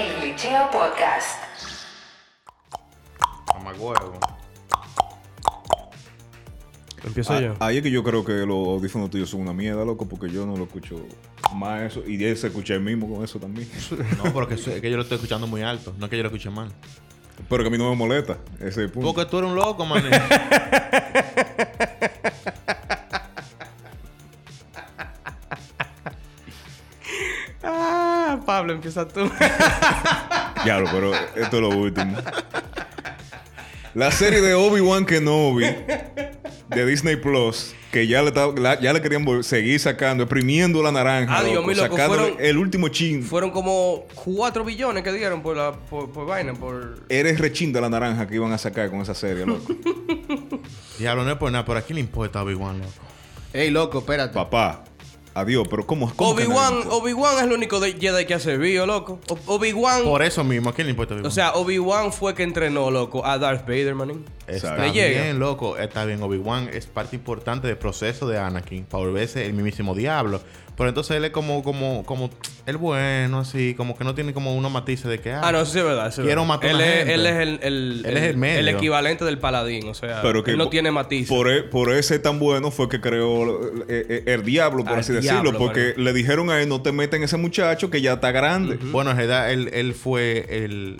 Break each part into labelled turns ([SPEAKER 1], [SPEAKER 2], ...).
[SPEAKER 1] Podium Podcast.
[SPEAKER 2] Mamagüevo.
[SPEAKER 3] Empiezo
[SPEAKER 4] Ah,
[SPEAKER 3] yo.
[SPEAKER 4] Ahí es que yo creo que los audífonos tuyos son una mierda, loco, porque yo no lo escucho más eso. Y él se escucha el mismo con eso también.
[SPEAKER 2] No, pero que, eso- es que yo lo estoy escuchando muy alto. No es que yo lo escuche mal.
[SPEAKER 4] Pero que a mí no me molesta. Ese es el punto.
[SPEAKER 2] Porque tú eres un loco, man.
[SPEAKER 3] Ah, Pablo, empieza tú.
[SPEAKER 4] Claro, pero esto es lo último. La serie de Obi-Wan Kenobi de Disney Plus, que ya le, ta- la- ya le querían vol- seguir sacando, exprimiendo la naranja.
[SPEAKER 3] Ah, Dios mío, loco,
[SPEAKER 4] sacándole
[SPEAKER 3] fueron-
[SPEAKER 4] el último chin.
[SPEAKER 3] Fueron como 4 billones que dieron por la por, por vaina, por
[SPEAKER 4] Eres rechinda la naranja que iban a sacar con esa serie, loco.
[SPEAKER 2] Diablo, no es por nada. ¿Pero a quién le importa a Obi-Wan, loco?
[SPEAKER 3] Ey, loco, espérate.
[SPEAKER 4] Papá, adiós, pero ¿cómo, cómo que
[SPEAKER 3] Obi-Wan,
[SPEAKER 4] naranja?
[SPEAKER 3] Obi-Wan es el único de- Jedi que ha servido, loco. O- Obi-Wan,
[SPEAKER 2] Por eso mismo, ¿a quién le importa a Obi-Wan?
[SPEAKER 3] o sea, Obi-Wan fue que entrenó, loco, a Darth Vader, manín.
[SPEAKER 2] está
[SPEAKER 4] Exacto.
[SPEAKER 3] le
[SPEAKER 2] bien,
[SPEAKER 3] llega.
[SPEAKER 2] loco. Está bien, Obi-Wan es parte importante del proceso de Anakin para volverse el mismísimo diablo. Pero entonces él es como, como, como el bueno, así, como que no tiene como unos matices de que.
[SPEAKER 3] Ah, no, eso sí es verdad. eso es
[SPEAKER 2] Quiero
[SPEAKER 3] verdad.
[SPEAKER 2] matar a
[SPEAKER 3] él,
[SPEAKER 2] una
[SPEAKER 3] es,
[SPEAKER 2] gente.
[SPEAKER 3] él es el, el,
[SPEAKER 2] Él es el medio.
[SPEAKER 3] equivalente del paladín, o sea,
[SPEAKER 4] Pero que
[SPEAKER 3] él no
[SPEAKER 4] po-
[SPEAKER 3] tiene matices.
[SPEAKER 4] Por, e- por ese tan bueno fue que creó eh, eh, el, diablo, por
[SPEAKER 2] Ah,
[SPEAKER 3] Al
[SPEAKER 4] así
[SPEAKER 3] diablo,
[SPEAKER 4] decirlo, porque
[SPEAKER 3] vale.
[SPEAKER 4] le dijeron a él, no te metas en ese muchacho que ya está grande.
[SPEAKER 2] Bueno, en realidad él, él fue el,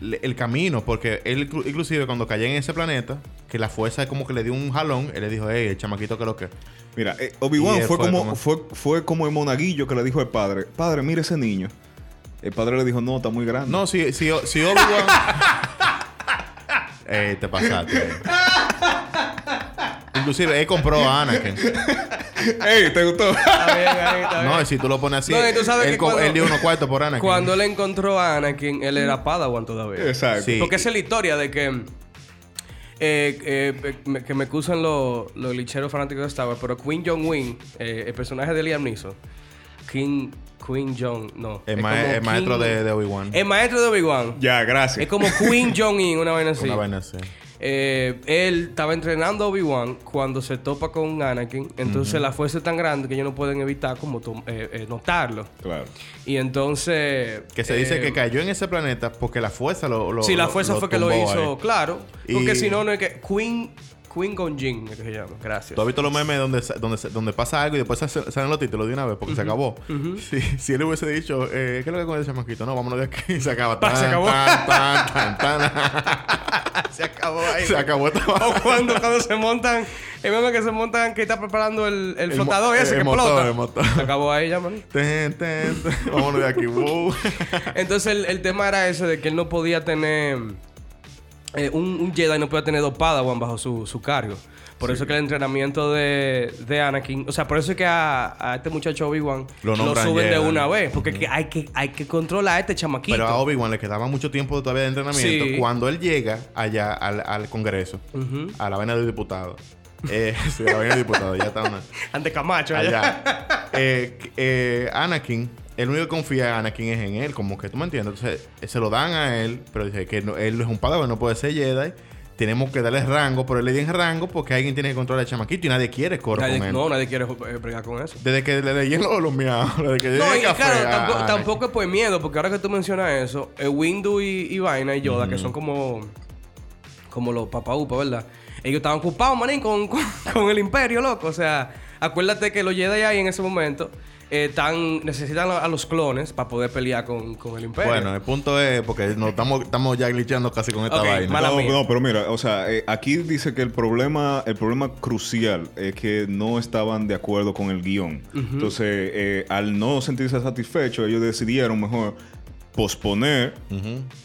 [SPEAKER 2] le- el camino, porque él inclu- inclusive cuando caía en ese planeta, que la fuerza como que le dio un jalón, él le dijo, hey, el chamaquito que lo que.
[SPEAKER 4] Mira, eh,
[SPEAKER 2] Y
[SPEAKER 4] Obi-Wan
[SPEAKER 2] él
[SPEAKER 4] fue,
[SPEAKER 2] fue
[SPEAKER 4] como,
[SPEAKER 2] como-
[SPEAKER 4] fue, fue como el monaguillo que le dijo al padre, padre, mira ese niño. El padre le dijo, no, está muy grande.
[SPEAKER 2] No, si, si, si Obi-Wan... Ey, te pasaste. eh. Inclusive él compró a Anakin.
[SPEAKER 4] ¡Ey, te gustó!
[SPEAKER 3] Está bien, ahí, está bien.
[SPEAKER 2] No, y si tú lo pones así,
[SPEAKER 3] No, y tú sabes
[SPEAKER 2] él,
[SPEAKER 3] que
[SPEAKER 2] co-
[SPEAKER 3] cuando-
[SPEAKER 2] él dio unos cuartos por Anakin.
[SPEAKER 3] Cuando él encontró a Anakin, él era Padawan todavía.
[SPEAKER 4] Exacto.
[SPEAKER 2] Sí.
[SPEAKER 3] Porque esa es la historia de que. eh, eh, me- que me excusan los los licheros fanáticos de Star Wars, pero Queen Jong Win, el personaje de Liam Neeson, King, Queen Jong, no.
[SPEAKER 2] El,
[SPEAKER 3] es
[SPEAKER 2] ma-
[SPEAKER 3] como
[SPEAKER 2] el
[SPEAKER 3] King-
[SPEAKER 2] maestro de, de Obi-Wan.
[SPEAKER 3] El maestro de Obi-Wan.
[SPEAKER 4] Ya, gracias.
[SPEAKER 3] Es como Queen Jong In, una vaina así.
[SPEAKER 2] Una vaina así.
[SPEAKER 3] Eh, él estaba entrenando a Obi-Wan cuando se topa con Anakin. Entonces la fuerza es tan grande que ellos no pueden evitar como tom- eh, eh, notarlo.
[SPEAKER 4] Claro.
[SPEAKER 3] Y entonces.
[SPEAKER 2] Que se dice
[SPEAKER 3] eh,
[SPEAKER 2] que cayó en ese planeta porque la fuerza lo... lo
[SPEAKER 3] Sí, la
[SPEAKER 2] lo-
[SPEAKER 3] fuerza fue que lo
[SPEAKER 2] tumbó
[SPEAKER 3] hizo,
[SPEAKER 2] ahí.
[SPEAKER 3] claro.
[SPEAKER 2] Y-
[SPEAKER 3] Porque si no, no es que. Queen. Queen Gonjin, es que se llama. Gracias.
[SPEAKER 2] ¿Tú has visto los memes donde, sa- donde, se- donde pasa algo y después sa- salen los títulos de una vez porque se acabó? si, si él hubiese dicho, eh, ¿qué es lo que con ese chamaquito? No, vámonos de aquí y se acaba.
[SPEAKER 3] Pa, se acabó.
[SPEAKER 2] Tan, tan, tan, se acabó ahí. Se acabó esta
[SPEAKER 3] O cuando, cuando se montan. El meme que se montan, que está preparando el, el
[SPEAKER 2] mo-
[SPEAKER 3] flotador ese
[SPEAKER 2] el
[SPEAKER 3] que
[SPEAKER 2] motor,
[SPEAKER 3] explota.
[SPEAKER 2] el motor.
[SPEAKER 3] Se acabó ahí ya, man.
[SPEAKER 2] Ten, ten, ten. Vámonos de aquí. Woo.
[SPEAKER 3] Entonces el, el tema era ese de que él no podía tener. eh, un, un Jedi no podía tener dos Padawan bajo su, su cargo. Por eso es que el entrenamiento de, de Anakin. O sea, por eso es que a, a este muchacho Obi-Wan
[SPEAKER 2] Lo
[SPEAKER 3] lo,
[SPEAKER 2] nombran
[SPEAKER 3] suben de
[SPEAKER 2] Jedi.
[SPEAKER 3] una vez. Porque que hay, que, hay que controlar a este chamaquito.
[SPEAKER 2] Pero a Obi-Wan le quedaba mucho tiempo todavía de entrenamiento.
[SPEAKER 3] Sí.
[SPEAKER 2] Cuando él llega allá al, al Congreso, a la vaina del diputado. Eh, sí, a la vaina del diputado. Ya está una...
[SPEAKER 3] Ante
[SPEAKER 2] Ah,
[SPEAKER 3] Camacho, allá.
[SPEAKER 2] allá. Eh, eh, Anakin, el único que confía en Anakin es en él, como que tú me entiendes. Entonces, eh, se lo dan a él, pero dice que no- él es un padawan, no puede ser Jedi. Tenemos que darle rango, pero él le dieron rango porque alguien tiene que controlar al chamaquito y nadie quiere coro
[SPEAKER 3] Nadie-
[SPEAKER 2] con él.
[SPEAKER 3] no, nadie quiere eh, bregar con eso.
[SPEAKER 2] Desde que le leyeron los, los miados, desde que le
[SPEAKER 3] No,
[SPEAKER 2] dieron
[SPEAKER 3] y
[SPEAKER 2] el café ah, eh.
[SPEAKER 3] claro,
[SPEAKER 2] a
[SPEAKER 3] tampoco,
[SPEAKER 2] Anakin.
[SPEAKER 3] tampoco es por miedo, porque ahora que tú mencionas eso, eh, Windu y, y Vaina y Yoda, que son como, como los papaupa, ¿verdad? Ellos estaban ocupados, manín, con, con, con el imperio, loco. O sea, acuérdate que los Jedi ahí en ese momento eh, están- necesitan a, a los clones para poder pelear con, con el imperio.
[SPEAKER 2] Bueno, el punto es, porque nos estamos, estamos ya glitchando casi con esta
[SPEAKER 3] Ok,
[SPEAKER 2] vaina.
[SPEAKER 3] mala
[SPEAKER 4] no,
[SPEAKER 3] mía.
[SPEAKER 4] no, pero mira, o sea, eh, aquí dice que el problema, el problema crucial es que no estaban de acuerdo con el guión. Entonces, eh, al no sentirse satisfechos, ellos decidieron mejor posponer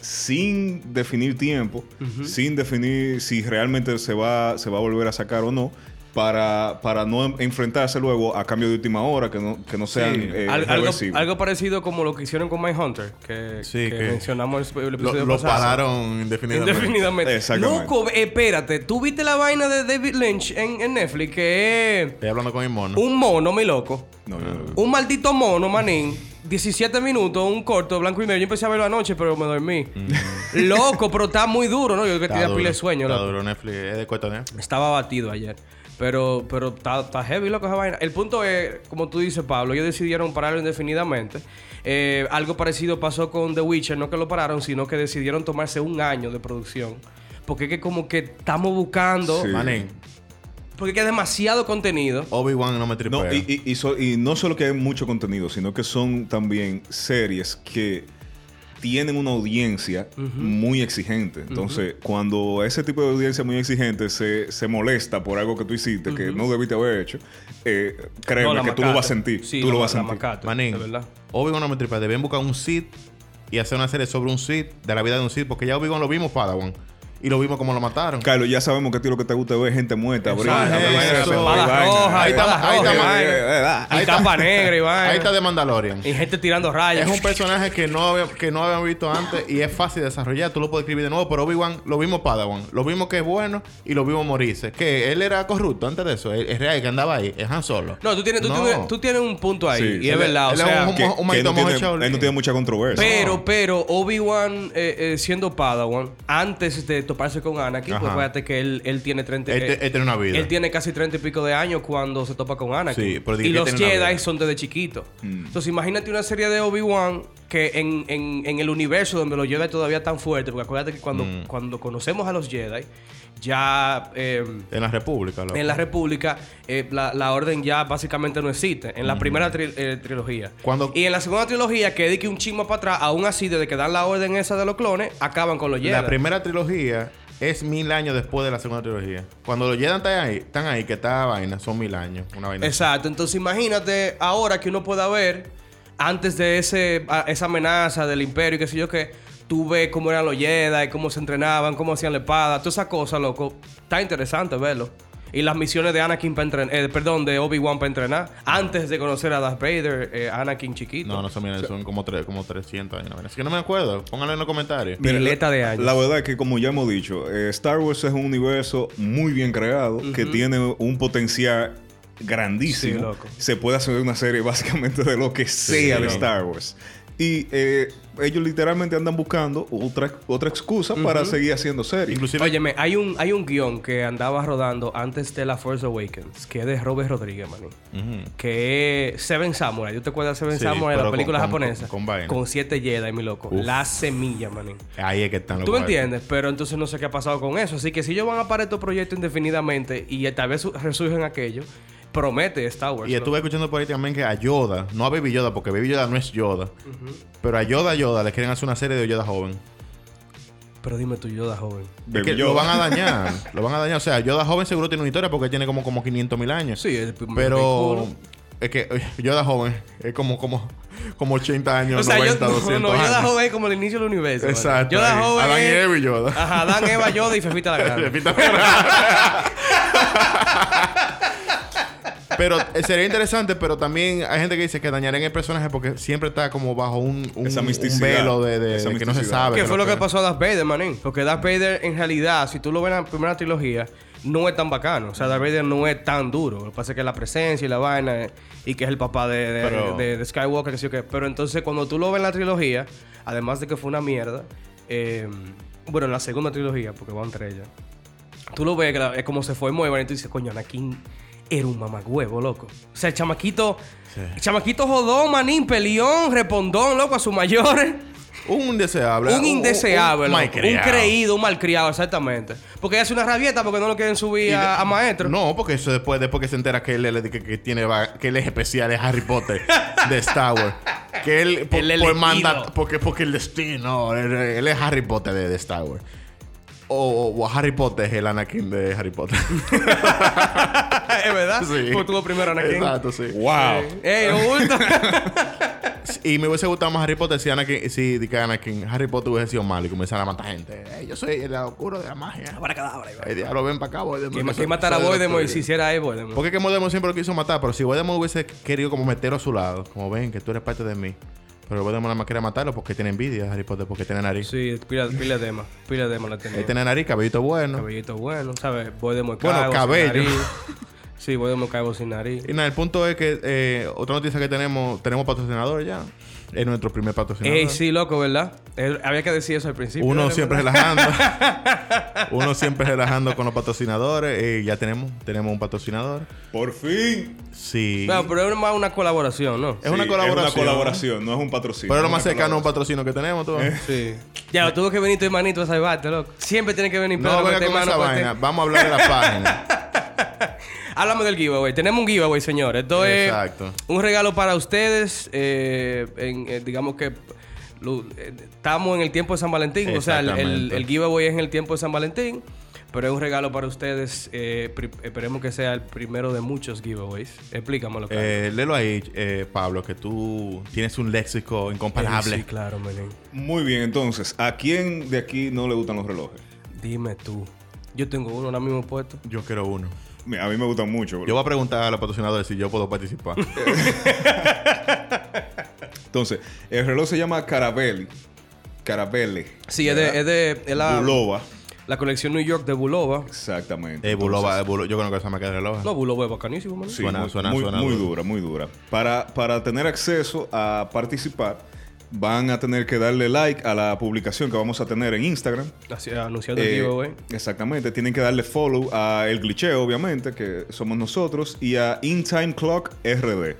[SPEAKER 4] sin definir tiempo, sin definir si realmente se va, se va a volver a sacar o no. Para, para no em- enfrentarse luego a cambio de última hora, que no, que no sean eh,
[SPEAKER 3] Al- algo,
[SPEAKER 4] reversibles.
[SPEAKER 3] algo parecido como lo que hicieron con Mindhunter, que,
[SPEAKER 2] Sí,
[SPEAKER 3] que
[SPEAKER 2] que
[SPEAKER 3] mencionamos en el
[SPEAKER 2] Lo,
[SPEAKER 3] episodio
[SPEAKER 2] lo
[SPEAKER 3] pasado.
[SPEAKER 2] pararon indefinidamente.
[SPEAKER 3] Indefinidamente.
[SPEAKER 4] Exactamente.
[SPEAKER 3] Loco, espérate, ¿tú viste la vaina de David Lynch en, en Netflix? Que es
[SPEAKER 2] Estoy hablando con el mono.
[SPEAKER 3] un mono, mi loco.
[SPEAKER 4] No, yo-
[SPEAKER 3] Un maldito mono, manín. 17 minutos, un corto, blanco y negro. Yo empecé a verlo anoche, pero me dormí. Loco, pero está muy duro, ¿no? Yo que
[SPEAKER 2] Mm. Está
[SPEAKER 3] tenía
[SPEAKER 2] duro,
[SPEAKER 3] pila de sueño,
[SPEAKER 2] Está
[SPEAKER 3] loco.
[SPEAKER 2] duro Netflix. Es de cuesta Netflix.
[SPEAKER 3] Estaba batido ayer. Pero, pero está, está heavy, loco, esa vaina. El punto es, como tú dices, Pablo, ellos decidieron pararlo indefinidamente. Eh, algo parecido pasó con The Witcher, no que lo pararon, sino que decidieron tomarse un año de producción. Porque es que como que estamos buscando,
[SPEAKER 4] Sí.
[SPEAKER 2] Manen,
[SPEAKER 3] porque es que hay demasiado contenido.
[SPEAKER 2] Obi-Wan no me tripea.
[SPEAKER 4] No, y, y- y so- y no solo que hay mucho contenido, sino que son también series que tienen una audiencia muy exigente. Entonces, cuando ese tipo de audiencia muy exigente se, se molesta por algo que tú hiciste que no debiste haber hecho, eh, créeme
[SPEAKER 3] No, la
[SPEAKER 4] que tú lo vas
[SPEAKER 3] macata.
[SPEAKER 4] a sentir.
[SPEAKER 3] Sí,
[SPEAKER 4] tú
[SPEAKER 3] la-
[SPEAKER 4] lo vas a
[SPEAKER 3] la
[SPEAKER 4] sentir.
[SPEAKER 3] macata,
[SPEAKER 2] Manín,
[SPEAKER 3] de verdad.
[SPEAKER 2] Obi-Wan no me tripea. Deben buscar un Sith y hacer una serie sobre un Sith, de la vida de un Sith, porque ya Obi-Wan lo vimos Padawan. Y lo vimos como lo mataron.
[SPEAKER 4] Carlos, ya sabemos que a ti lo que te gusta es ver gente muerta.
[SPEAKER 3] Exacto.
[SPEAKER 4] brindando,
[SPEAKER 2] Eso.
[SPEAKER 4] vaina,
[SPEAKER 2] Espadas
[SPEAKER 4] vaina.
[SPEAKER 3] rojas,
[SPEAKER 4] Ahí está,
[SPEAKER 2] espadas
[SPEAKER 4] ahí está,
[SPEAKER 2] rojas.
[SPEAKER 4] eh, eh,
[SPEAKER 3] Y
[SPEAKER 4] eh, eh,
[SPEAKER 2] Ahí está-
[SPEAKER 3] tapa negra y vaina.
[SPEAKER 2] Ahí está de Mandalorian.
[SPEAKER 3] Y gente tirando rayas.
[SPEAKER 2] Es un personaje que no, había- que no habían visto antes y es fácil de desarrollar. Tú lo puedes escribir de nuevo, pero Obi-Wan lo vimos Padawan. Lo vimos que es bueno y lo vimos morirse. Que él era corrupto antes de eso. Él- Es real que andaba ahí. Es Han Solo.
[SPEAKER 3] No, tú tienes, tú,
[SPEAKER 2] No.
[SPEAKER 3] tienes, tú tienes un punto ahí.
[SPEAKER 4] Sí.
[SPEAKER 3] y es
[SPEAKER 4] Él-
[SPEAKER 3] verdad. O
[SPEAKER 2] él es
[SPEAKER 3] sea,
[SPEAKER 2] un
[SPEAKER 4] que-
[SPEAKER 2] mo- un
[SPEAKER 4] que él
[SPEAKER 2] maldito
[SPEAKER 4] no tiene-
[SPEAKER 2] mojo Shaolin.
[SPEAKER 4] Él no tiene mucha controversia.
[SPEAKER 3] Pero, pero, Obi-Wan, eh, eh, siendo Padawan, antes de toparse con Anakin,
[SPEAKER 2] Ajá.
[SPEAKER 3] pues fíjate que él, él tiene 30...
[SPEAKER 2] Él, te-
[SPEAKER 3] eh,
[SPEAKER 2] él tiene una vida.
[SPEAKER 3] él tiene casi 30 y pico de años cuando se topa con Anakin.
[SPEAKER 2] Sí, pero dije
[SPEAKER 3] y
[SPEAKER 2] que
[SPEAKER 3] los
[SPEAKER 2] tiene una
[SPEAKER 3] Jedi
[SPEAKER 2] vida. Mm.
[SPEAKER 3] son desde chiquitos. Entonces, imagínate una serie de Obi-Wan que en, en- en el universo donde los Jedi todavía están fuertes, porque acuérdate que cuando,
[SPEAKER 2] Mm.
[SPEAKER 3] cuando conocemos a los Jedi, ya... eh,
[SPEAKER 2] En la República. loco.
[SPEAKER 3] en la República, eh, la, la orden ya básicamente no existe. En la primera tri- eh, trilogía.
[SPEAKER 2] Cuando-
[SPEAKER 3] Y en la segunda trilogía, que dedique un chismo para atrás, aún así, desde que dan la orden esa de los clones, acaban con los Jedi.
[SPEAKER 2] La primera trilogía es mil años después de la segunda trilogía. Cuando los Jedi están ahí, están ahí que está vaina. Son mil años. Una vaina.
[SPEAKER 3] Exacto. Entonces, imagínate ahora que uno pueda ver, antes de ese, a- esa amenaza del imperio y qué sé yo qué, tú ves cómo eran los Jedi, cómo se entrenaban, cómo hacían la espada, toda esa cosa, loco. Está interesante verlo. Y las misiones de Anakin para entrenar, perdón, de Obi-Wan para entrenar, antes de conocer a Darth Vader, eh, Anakin chiquito.
[SPEAKER 2] No, no son mil años. Son como, tres, como 300 años. Así que no me acuerdo. Pónganlo en los comentarios.
[SPEAKER 4] Mira,
[SPEAKER 3] Pileta
[SPEAKER 4] la-
[SPEAKER 3] de años.
[SPEAKER 4] La verdad es que, como ya hemos dicho, eh, Star Wars es un universo muy bien creado, que tiene un potencial grandísimo.
[SPEAKER 3] Sí, loco.
[SPEAKER 4] Se puede hacer una serie básicamente de lo que sea de
[SPEAKER 2] loco.
[SPEAKER 4] Star Wars. Y eh, ellos literalmente andan buscando otra, otra excusa para seguir haciendo series.
[SPEAKER 2] Inclusive...
[SPEAKER 3] Óyeme, hay un, hay un guión que andaba rodando antes de la Force Awakens, que es de Robert Rodríguez, maní.
[SPEAKER 2] Ujú.
[SPEAKER 3] Que es Seven Samurai. ¿Yo te acuerdas de Seven
[SPEAKER 2] Sí,
[SPEAKER 3] Samurai,
[SPEAKER 2] pero
[SPEAKER 3] la
[SPEAKER 2] con-
[SPEAKER 3] película
[SPEAKER 2] con-
[SPEAKER 3] japonesa?
[SPEAKER 2] con- con vaina.
[SPEAKER 3] siete Jedi, mi loco.
[SPEAKER 2] Uf.
[SPEAKER 3] La semilla, maní.
[SPEAKER 2] Ahí es que están los
[SPEAKER 3] ¿Tú me
[SPEAKER 2] cuartos.
[SPEAKER 3] entiendes? Pero entonces no sé qué ha pasado con eso. Así que si ellos van a parar estos proyectos indefinidamente y eh, tal vez su- resurgen aquello, promete Star Wars.
[SPEAKER 2] Y
[SPEAKER 3] loco.
[SPEAKER 2] estuve escuchando por ahí también que a Yoda, no a Baby Yoda, porque Baby Yoda no es Yoda, pero a Yoda Yoda le quieren hacer una serie de Yoda joven.
[SPEAKER 3] Pero dime tú, Yoda, joven.
[SPEAKER 2] Es
[SPEAKER 4] Baby
[SPEAKER 2] que lo
[SPEAKER 4] Yoda.
[SPEAKER 2] van a dañar, lo van a dañar. O sea, Yoda joven seguro tiene una historia porque tiene como, como 500 mil años.
[SPEAKER 3] Sí, el
[SPEAKER 2] Pero es que oye, Yoda joven es como, como, como 80 años,
[SPEAKER 3] O sea,
[SPEAKER 2] 90,
[SPEAKER 3] yo, no,
[SPEAKER 2] 200
[SPEAKER 3] no, Yoda
[SPEAKER 2] años.
[SPEAKER 3] joven es como el inicio del universo. maní.
[SPEAKER 2] Exacto.
[SPEAKER 3] Yoda
[SPEAKER 2] ahí.
[SPEAKER 3] joven.
[SPEAKER 2] Adán
[SPEAKER 3] es-
[SPEAKER 2] y Eva y Yoda.
[SPEAKER 3] Ajá, Adán, Eva, Yoda y Fefita la Grande.
[SPEAKER 2] Repita la- Pero eh, sería interesante, pero también hay gente que dice que dañarían el personaje porque siempre está como bajo un, un,
[SPEAKER 4] Esa
[SPEAKER 2] un
[SPEAKER 4] misticidad.
[SPEAKER 2] velo de, de-
[SPEAKER 4] Esa
[SPEAKER 2] de que no se
[SPEAKER 4] misticidad.
[SPEAKER 2] sabe.
[SPEAKER 3] ¿Qué fue lo que
[SPEAKER 2] es.
[SPEAKER 3] pasó a Darth Vader, manín? Porque Darth Vader, en realidad, si tú lo ves en la primera trilogía, no es tan bacano. O sea, Darth Vader no es tan duro. Lo que pasa es que la presencia y la vaina eh, y que es el papá de, de-
[SPEAKER 2] Pero-
[SPEAKER 3] de- de Skywalker, que sí o qué. Pero entonces, cuando tú lo ves en la trilogía, además de que fue una mierda, eh, bueno, en la segunda trilogía, porque van entre ellas, tú lo ves que la- es como se fue muy bien y tú dices, coño, Anakin era un mamagüevo, loco. O sea, el chamaquito, el chamaquito jodón, manín, peleón, respondón, loco, a sus mayores.
[SPEAKER 2] Un indeseable.
[SPEAKER 3] Un indeseable, loco. un,
[SPEAKER 2] malcriado.
[SPEAKER 3] creído, un malcriado, exactamente. Porque hace una rabieta porque no lo quieren
[SPEAKER 2] Y
[SPEAKER 3] subir
[SPEAKER 2] de-
[SPEAKER 3] a, a maestro.
[SPEAKER 2] No, porque eso después, después que se entera que él, le- que, que tiene, va- que él es especial, es Harry Potter de Star Wars. Que él, por,
[SPEAKER 3] El
[SPEAKER 2] por
[SPEAKER 3] elegido.
[SPEAKER 2] manda- porque, porque el destino, él, él es Harry Potter de, de Star Wars. O, o Harry Potter es el Anakin de Harry Potter.
[SPEAKER 3] es verdad.
[SPEAKER 2] Sí.
[SPEAKER 3] Porque tuvo primero Anakin.
[SPEAKER 2] Exacto, sí.
[SPEAKER 4] ¡Wow!
[SPEAKER 3] Ey, oculto.
[SPEAKER 2] Y me hubiese gustado más Harry Potter si Anakin, si di que Anakin, Harry Potter hubiese sido malo y comenzara a matar gente. Eh, yo soy el oscuro de la magia.
[SPEAKER 3] Para cadáver, ahí va.
[SPEAKER 2] El diablo ven para acá, Voldemort.
[SPEAKER 3] Que
[SPEAKER 2] que
[SPEAKER 3] ma-
[SPEAKER 2] soy-
[SPEAKER 3] que matar a
[SPEAKER 2] soy de la
[SPEAKER 3] Voldemort
[SPEAKER 2] oscuridad.
[SPEAKER 3] si hiciera ahí Voldemort.
[SPEAKER 2] Porque que Voldemort siempre lo quiso matar, pero si Voldemort hubiese querido como meterlo a su lado, como ven que tú eres parte de mí. Pero Voldemort nada más quería matarlo porque tiene envidia de Harry Potter, porque tiene nariz.
[SPEAKER 3] Sí, pila, pila de más. Pila de más la tenía.
[SPEAKER 2] Él tiene nariz, cabellito bueno.
[SPEAKER 3] Cabellito bueno, ¿sabes? Voldemort
[SPEAKER 2] Bueno,
[SPEAKER 3] calvo, sin
[SPEAKER 2] cabello.
[SPEAKER 3] nariz. Sí, voy a me caigo sin nariz.
[SPEAKER 2] Y nada, el punto es que eh, otra noticia que tenemos, tenemos patrocinador ya. Es nuestro primer patrocinador.
[SPEAKER 3] Ey, sí, loco, ¿verdad? Eh, había que decir eso al principio.
[SPEAKER 2] Uno
[SPEAKER 3] ¿verdad?
[SPEAKER 2] siempre relajando. Uno siempre relajando con los patrocinadores. Eh, ya tenemos, tenemos un patrocinador.
[SPEAKER 4] Por fin.
[SPEAKER 2] Sí.
[SPEAKER 3] Bueno, pero es más una colaboración, ¿no?
[SPEAKER 2] es una
[SPEAKER 4] Sí,
[SPEAKER 2] colaboración.
[SPEAKER 4] Es una colaboración, no es un patrocinio.
[SPEAKER 2] pero es lo
[SPEAKER 4] es
[SPEAKER 2] más
[SPEAKER 4] una
[SPEAKER 2] cercano a un patrocino que tenemos, tú.
[SPEAKER 3] Sí. Ya, lo tuvo que venir tu hermanito a salvarte, loco. Siempre tiene que venir
[SPEAKER 2] No venga
[SPEAKER 3] este
[SPEAKER 2] con esa
[SPEAKER 3] hermano,
[SPEAKER 2] vaina.
[SPEAKER 3] este-
[SPEAKER 2] Vamos a hablar de la página.
[SPEAKER 3] Háblame del giveaway. Tenemos un giveaway, señores. Esto es
[SPEAKER 2] Exacto.
[SPEAKER 3] un regalo para ustedes. eh, en- eh, digamos que lo- eh, estamos en el tiempo de San Valentín. O sea, el, el- el giveaway es en el tiempo de San Valentín. Pero es un regalo para ustedes. eh, pri- esperemos que sea el primero de muchos giveaways. Explícamelo, Carlos.
[SPEAKER 2] Eh, léelo ahí, eh, Pablo, que tú tienes un léxico
[SPEAKER 3] Sí,
[SPEAKER 2] incomparable.
[SPEAKER 3] claro, Menin.
[SPEAKER 4] Muy bien, entonces, ¿a quién de aquí no le gustan los relojes?
[SPEAKER 3] Dime tú. Yo tengo uno ahora mismo puesto.
[SPEAKER 2] Yo quiero uno.
[SPEAKER 4] Mira, A mí me gustan mucho. bro.
[SPEAKER 2] Yo voy a preguntar a los patrocinadores si yo puedo participar.
[SPEAKER 4] Entonces, el reloj se llama Carabelli. Carabelle.
[SPEAKER 3] Sí, es de, es de- es la,
[SPEAKER 4] Bulova.
[SPEAKER 3] la colección New York de Bulova.
[SPEAKER 4] Exactamente.
[SPEAKER 2] eh, Bulova,
[SPEAKER 4] Entonces,
[SPEAKER 2] eh, Bulo- yo conozco esa marca de reloj.
[SPEAKER 3] No, Bulova es bacanísimo, man.
[SPEAKER 4] sí,
[SPEAKER 2] Suena-
[SPEAKER 4] muy,
[SPEAKER 2] suena-
[SPEAKER 4] muy-
[SPEAKER 2] suena
[SPEAKER 4] muy
[SPEAKER 2] duro.
[SPEAKER 4] dura, muy dura. Para, para tener acceso a participar, van a tener que darle like a la publicación que vamos a tener en Instagram.
[SPEAKER 3] Así, anunciando el
[SPEAKER 4] Eh,
[SPEAKER 3] giveaway.
[SPEAKER 4] exactamente, tienen que darle follow a El Glitcheo, obviamente, que somos nosotros, y a In Time Clock RD.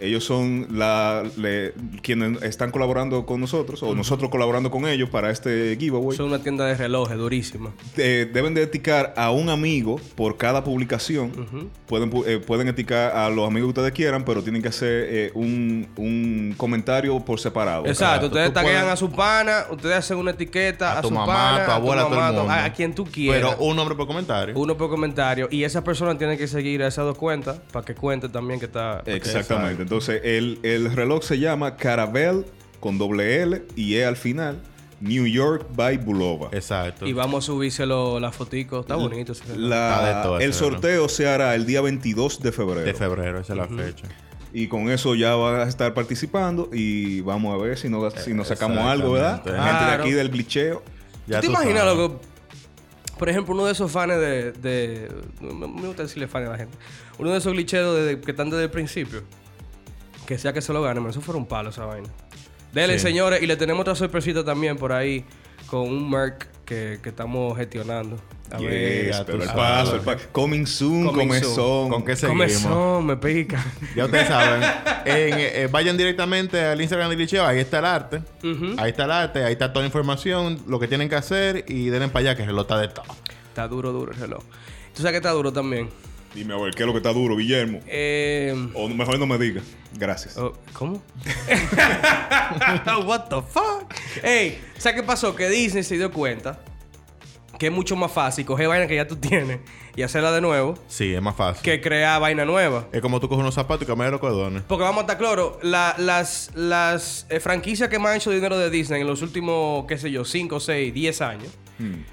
[SPEAKER 4] Ellos son la, le- quienes están colaborando con nosotros, o nosotros colaborando con ellos para este giveaway.
[SPEAKER 3] Son una tienda de relojes durísima.
[SPEAKER 4] Eh, deben de eticar a un amigo por cada publicación. pueden, pu- eh, pueden eticar a los amigos que ustedes quieran, pero tienen que hacer eh, un, un comentario por separado.
[SPEAKER 3] Exacto, ustedes
[SPEAKER 2] tú
[SPEAKER 3] taguean
[SPEAKER 2] puedes-
[SPEAKER 3] a su pana, ustedes hacen una etiqueta a,
[SPEAKER 2] a tu
[SPEAKER 3] su
[SPEAKER 2] mamá,
[SPEAKER 3] pana,
[SPEAKER 2] a tu abuela, a todo el
[SPEAKER 3] mamá,
[SPEAKER 2] mundo.
[SPEAKER 3] a, a quien tú quieras.
[SPEAKER 2] Pero un nombre por comentario.
[SPEAKER 3] uno por comentario y esas personas tienen que seguir a esas dos cuentas para que cuente también que está
[SPEAKER 4] Exactamente. Entonces, el, el reloj se llama Carabel con doble L y E al final, New York by Bulova.
[SPEAKER 2] Exacto.
[SPEAKER 3] y vamos a subírselo las fotitos, está bonito ese reloj.
[SPEAKER 4] La-
[SPEAKER 2] Está de todo ese
[SPEAKER 4] el sorteo se hará el día 22 de febrero.
[SPEAKER 2] De febrero, esa es la fecha.
[SPEAKER 4] Y con eso ya vas a estar participando y vamos a ver si nos, si nos sacamos algo, ¿verdad?
[SPEAKER 2] Exactamente.
[SPEAKER 4] Gente de
[SPEAKER 3] Claro.
[SPEAKER 4] aquí del glitcheo.
[SPEAKER 2] Ya
[SPEAKER 3] ¿Tú te
[SPEAKER 2] tú
[SPEAKER 3] imaginas,
[SPEAKER 2] sabes.
[SPEAKER 3] loco? Por ejemplo, uno de esos fans de, de- Me me gusta decirle fan a la gente. Uno de esos glitcheros de- que están desde el principio. Que sea que se lo gane, man, eso fuera un palo esa vaina. Dele,
[SPEAKER 2] Sí.
[SPEAKER 3] señores, y le tenemos otra sorpresita también por ahí con un Merc que, que estamos gestionando. A ver.
[SPEAKER 4] Yes,
[SPEAKER 2] ya
[SPEAKER 4] pero
[SPEAKER 2] tú
[SPEAKER 4] el
[SPEAKER 2] sabes.
[SPEAKER 4] paso, el paso. Coming soon,
[SPEAKER 3] Coming
[SPEAKER 4] comezón.
[SPEAKER 2] ¿Con qué seguimos?
[SPEAKER 3] Comezón, me pica.
[SPEAKER 2] Ya ustedes saben. En, eh, eh, vayan directamente al Instagram de Licheo. Ahí está el arte. Ahí está el arte. Ahí está toda la información. Lo que tienen que hacer. Y denle para allá que el reloj está de todo.
[SPEAKER 3] está duro, duro el reloj. Tú sabes que está duro también.
[SPEAKER 4] Dime, a ver, ¿qué es lo que está duro, Guillermo?
[SPEAKER 3] Eh,
[SPEAKER 4] O mejor no me digas. Gracias.
[SPEAKER 3] Oh, ¿Cómo? What the fuck? Ey, ¿sabes qué pasó? Que Disney se dio cuenta que es mucho más fácil coger vaina que ya tú tienes y hacerla de nuevo
[SPEAKER 2] Sí, es más fácil.
[SPEAKER 3] que crear vaina nueva.
[SPEAKER 2] Es como tú coges unos zapatos y cambias los cordones.
[SPEAKER 3] Porque vamos a estar claro, la- las, las eh, franquicias que más han hecho dinero de Disney en los últimos, qué sé yo, 5, 6, 10 años,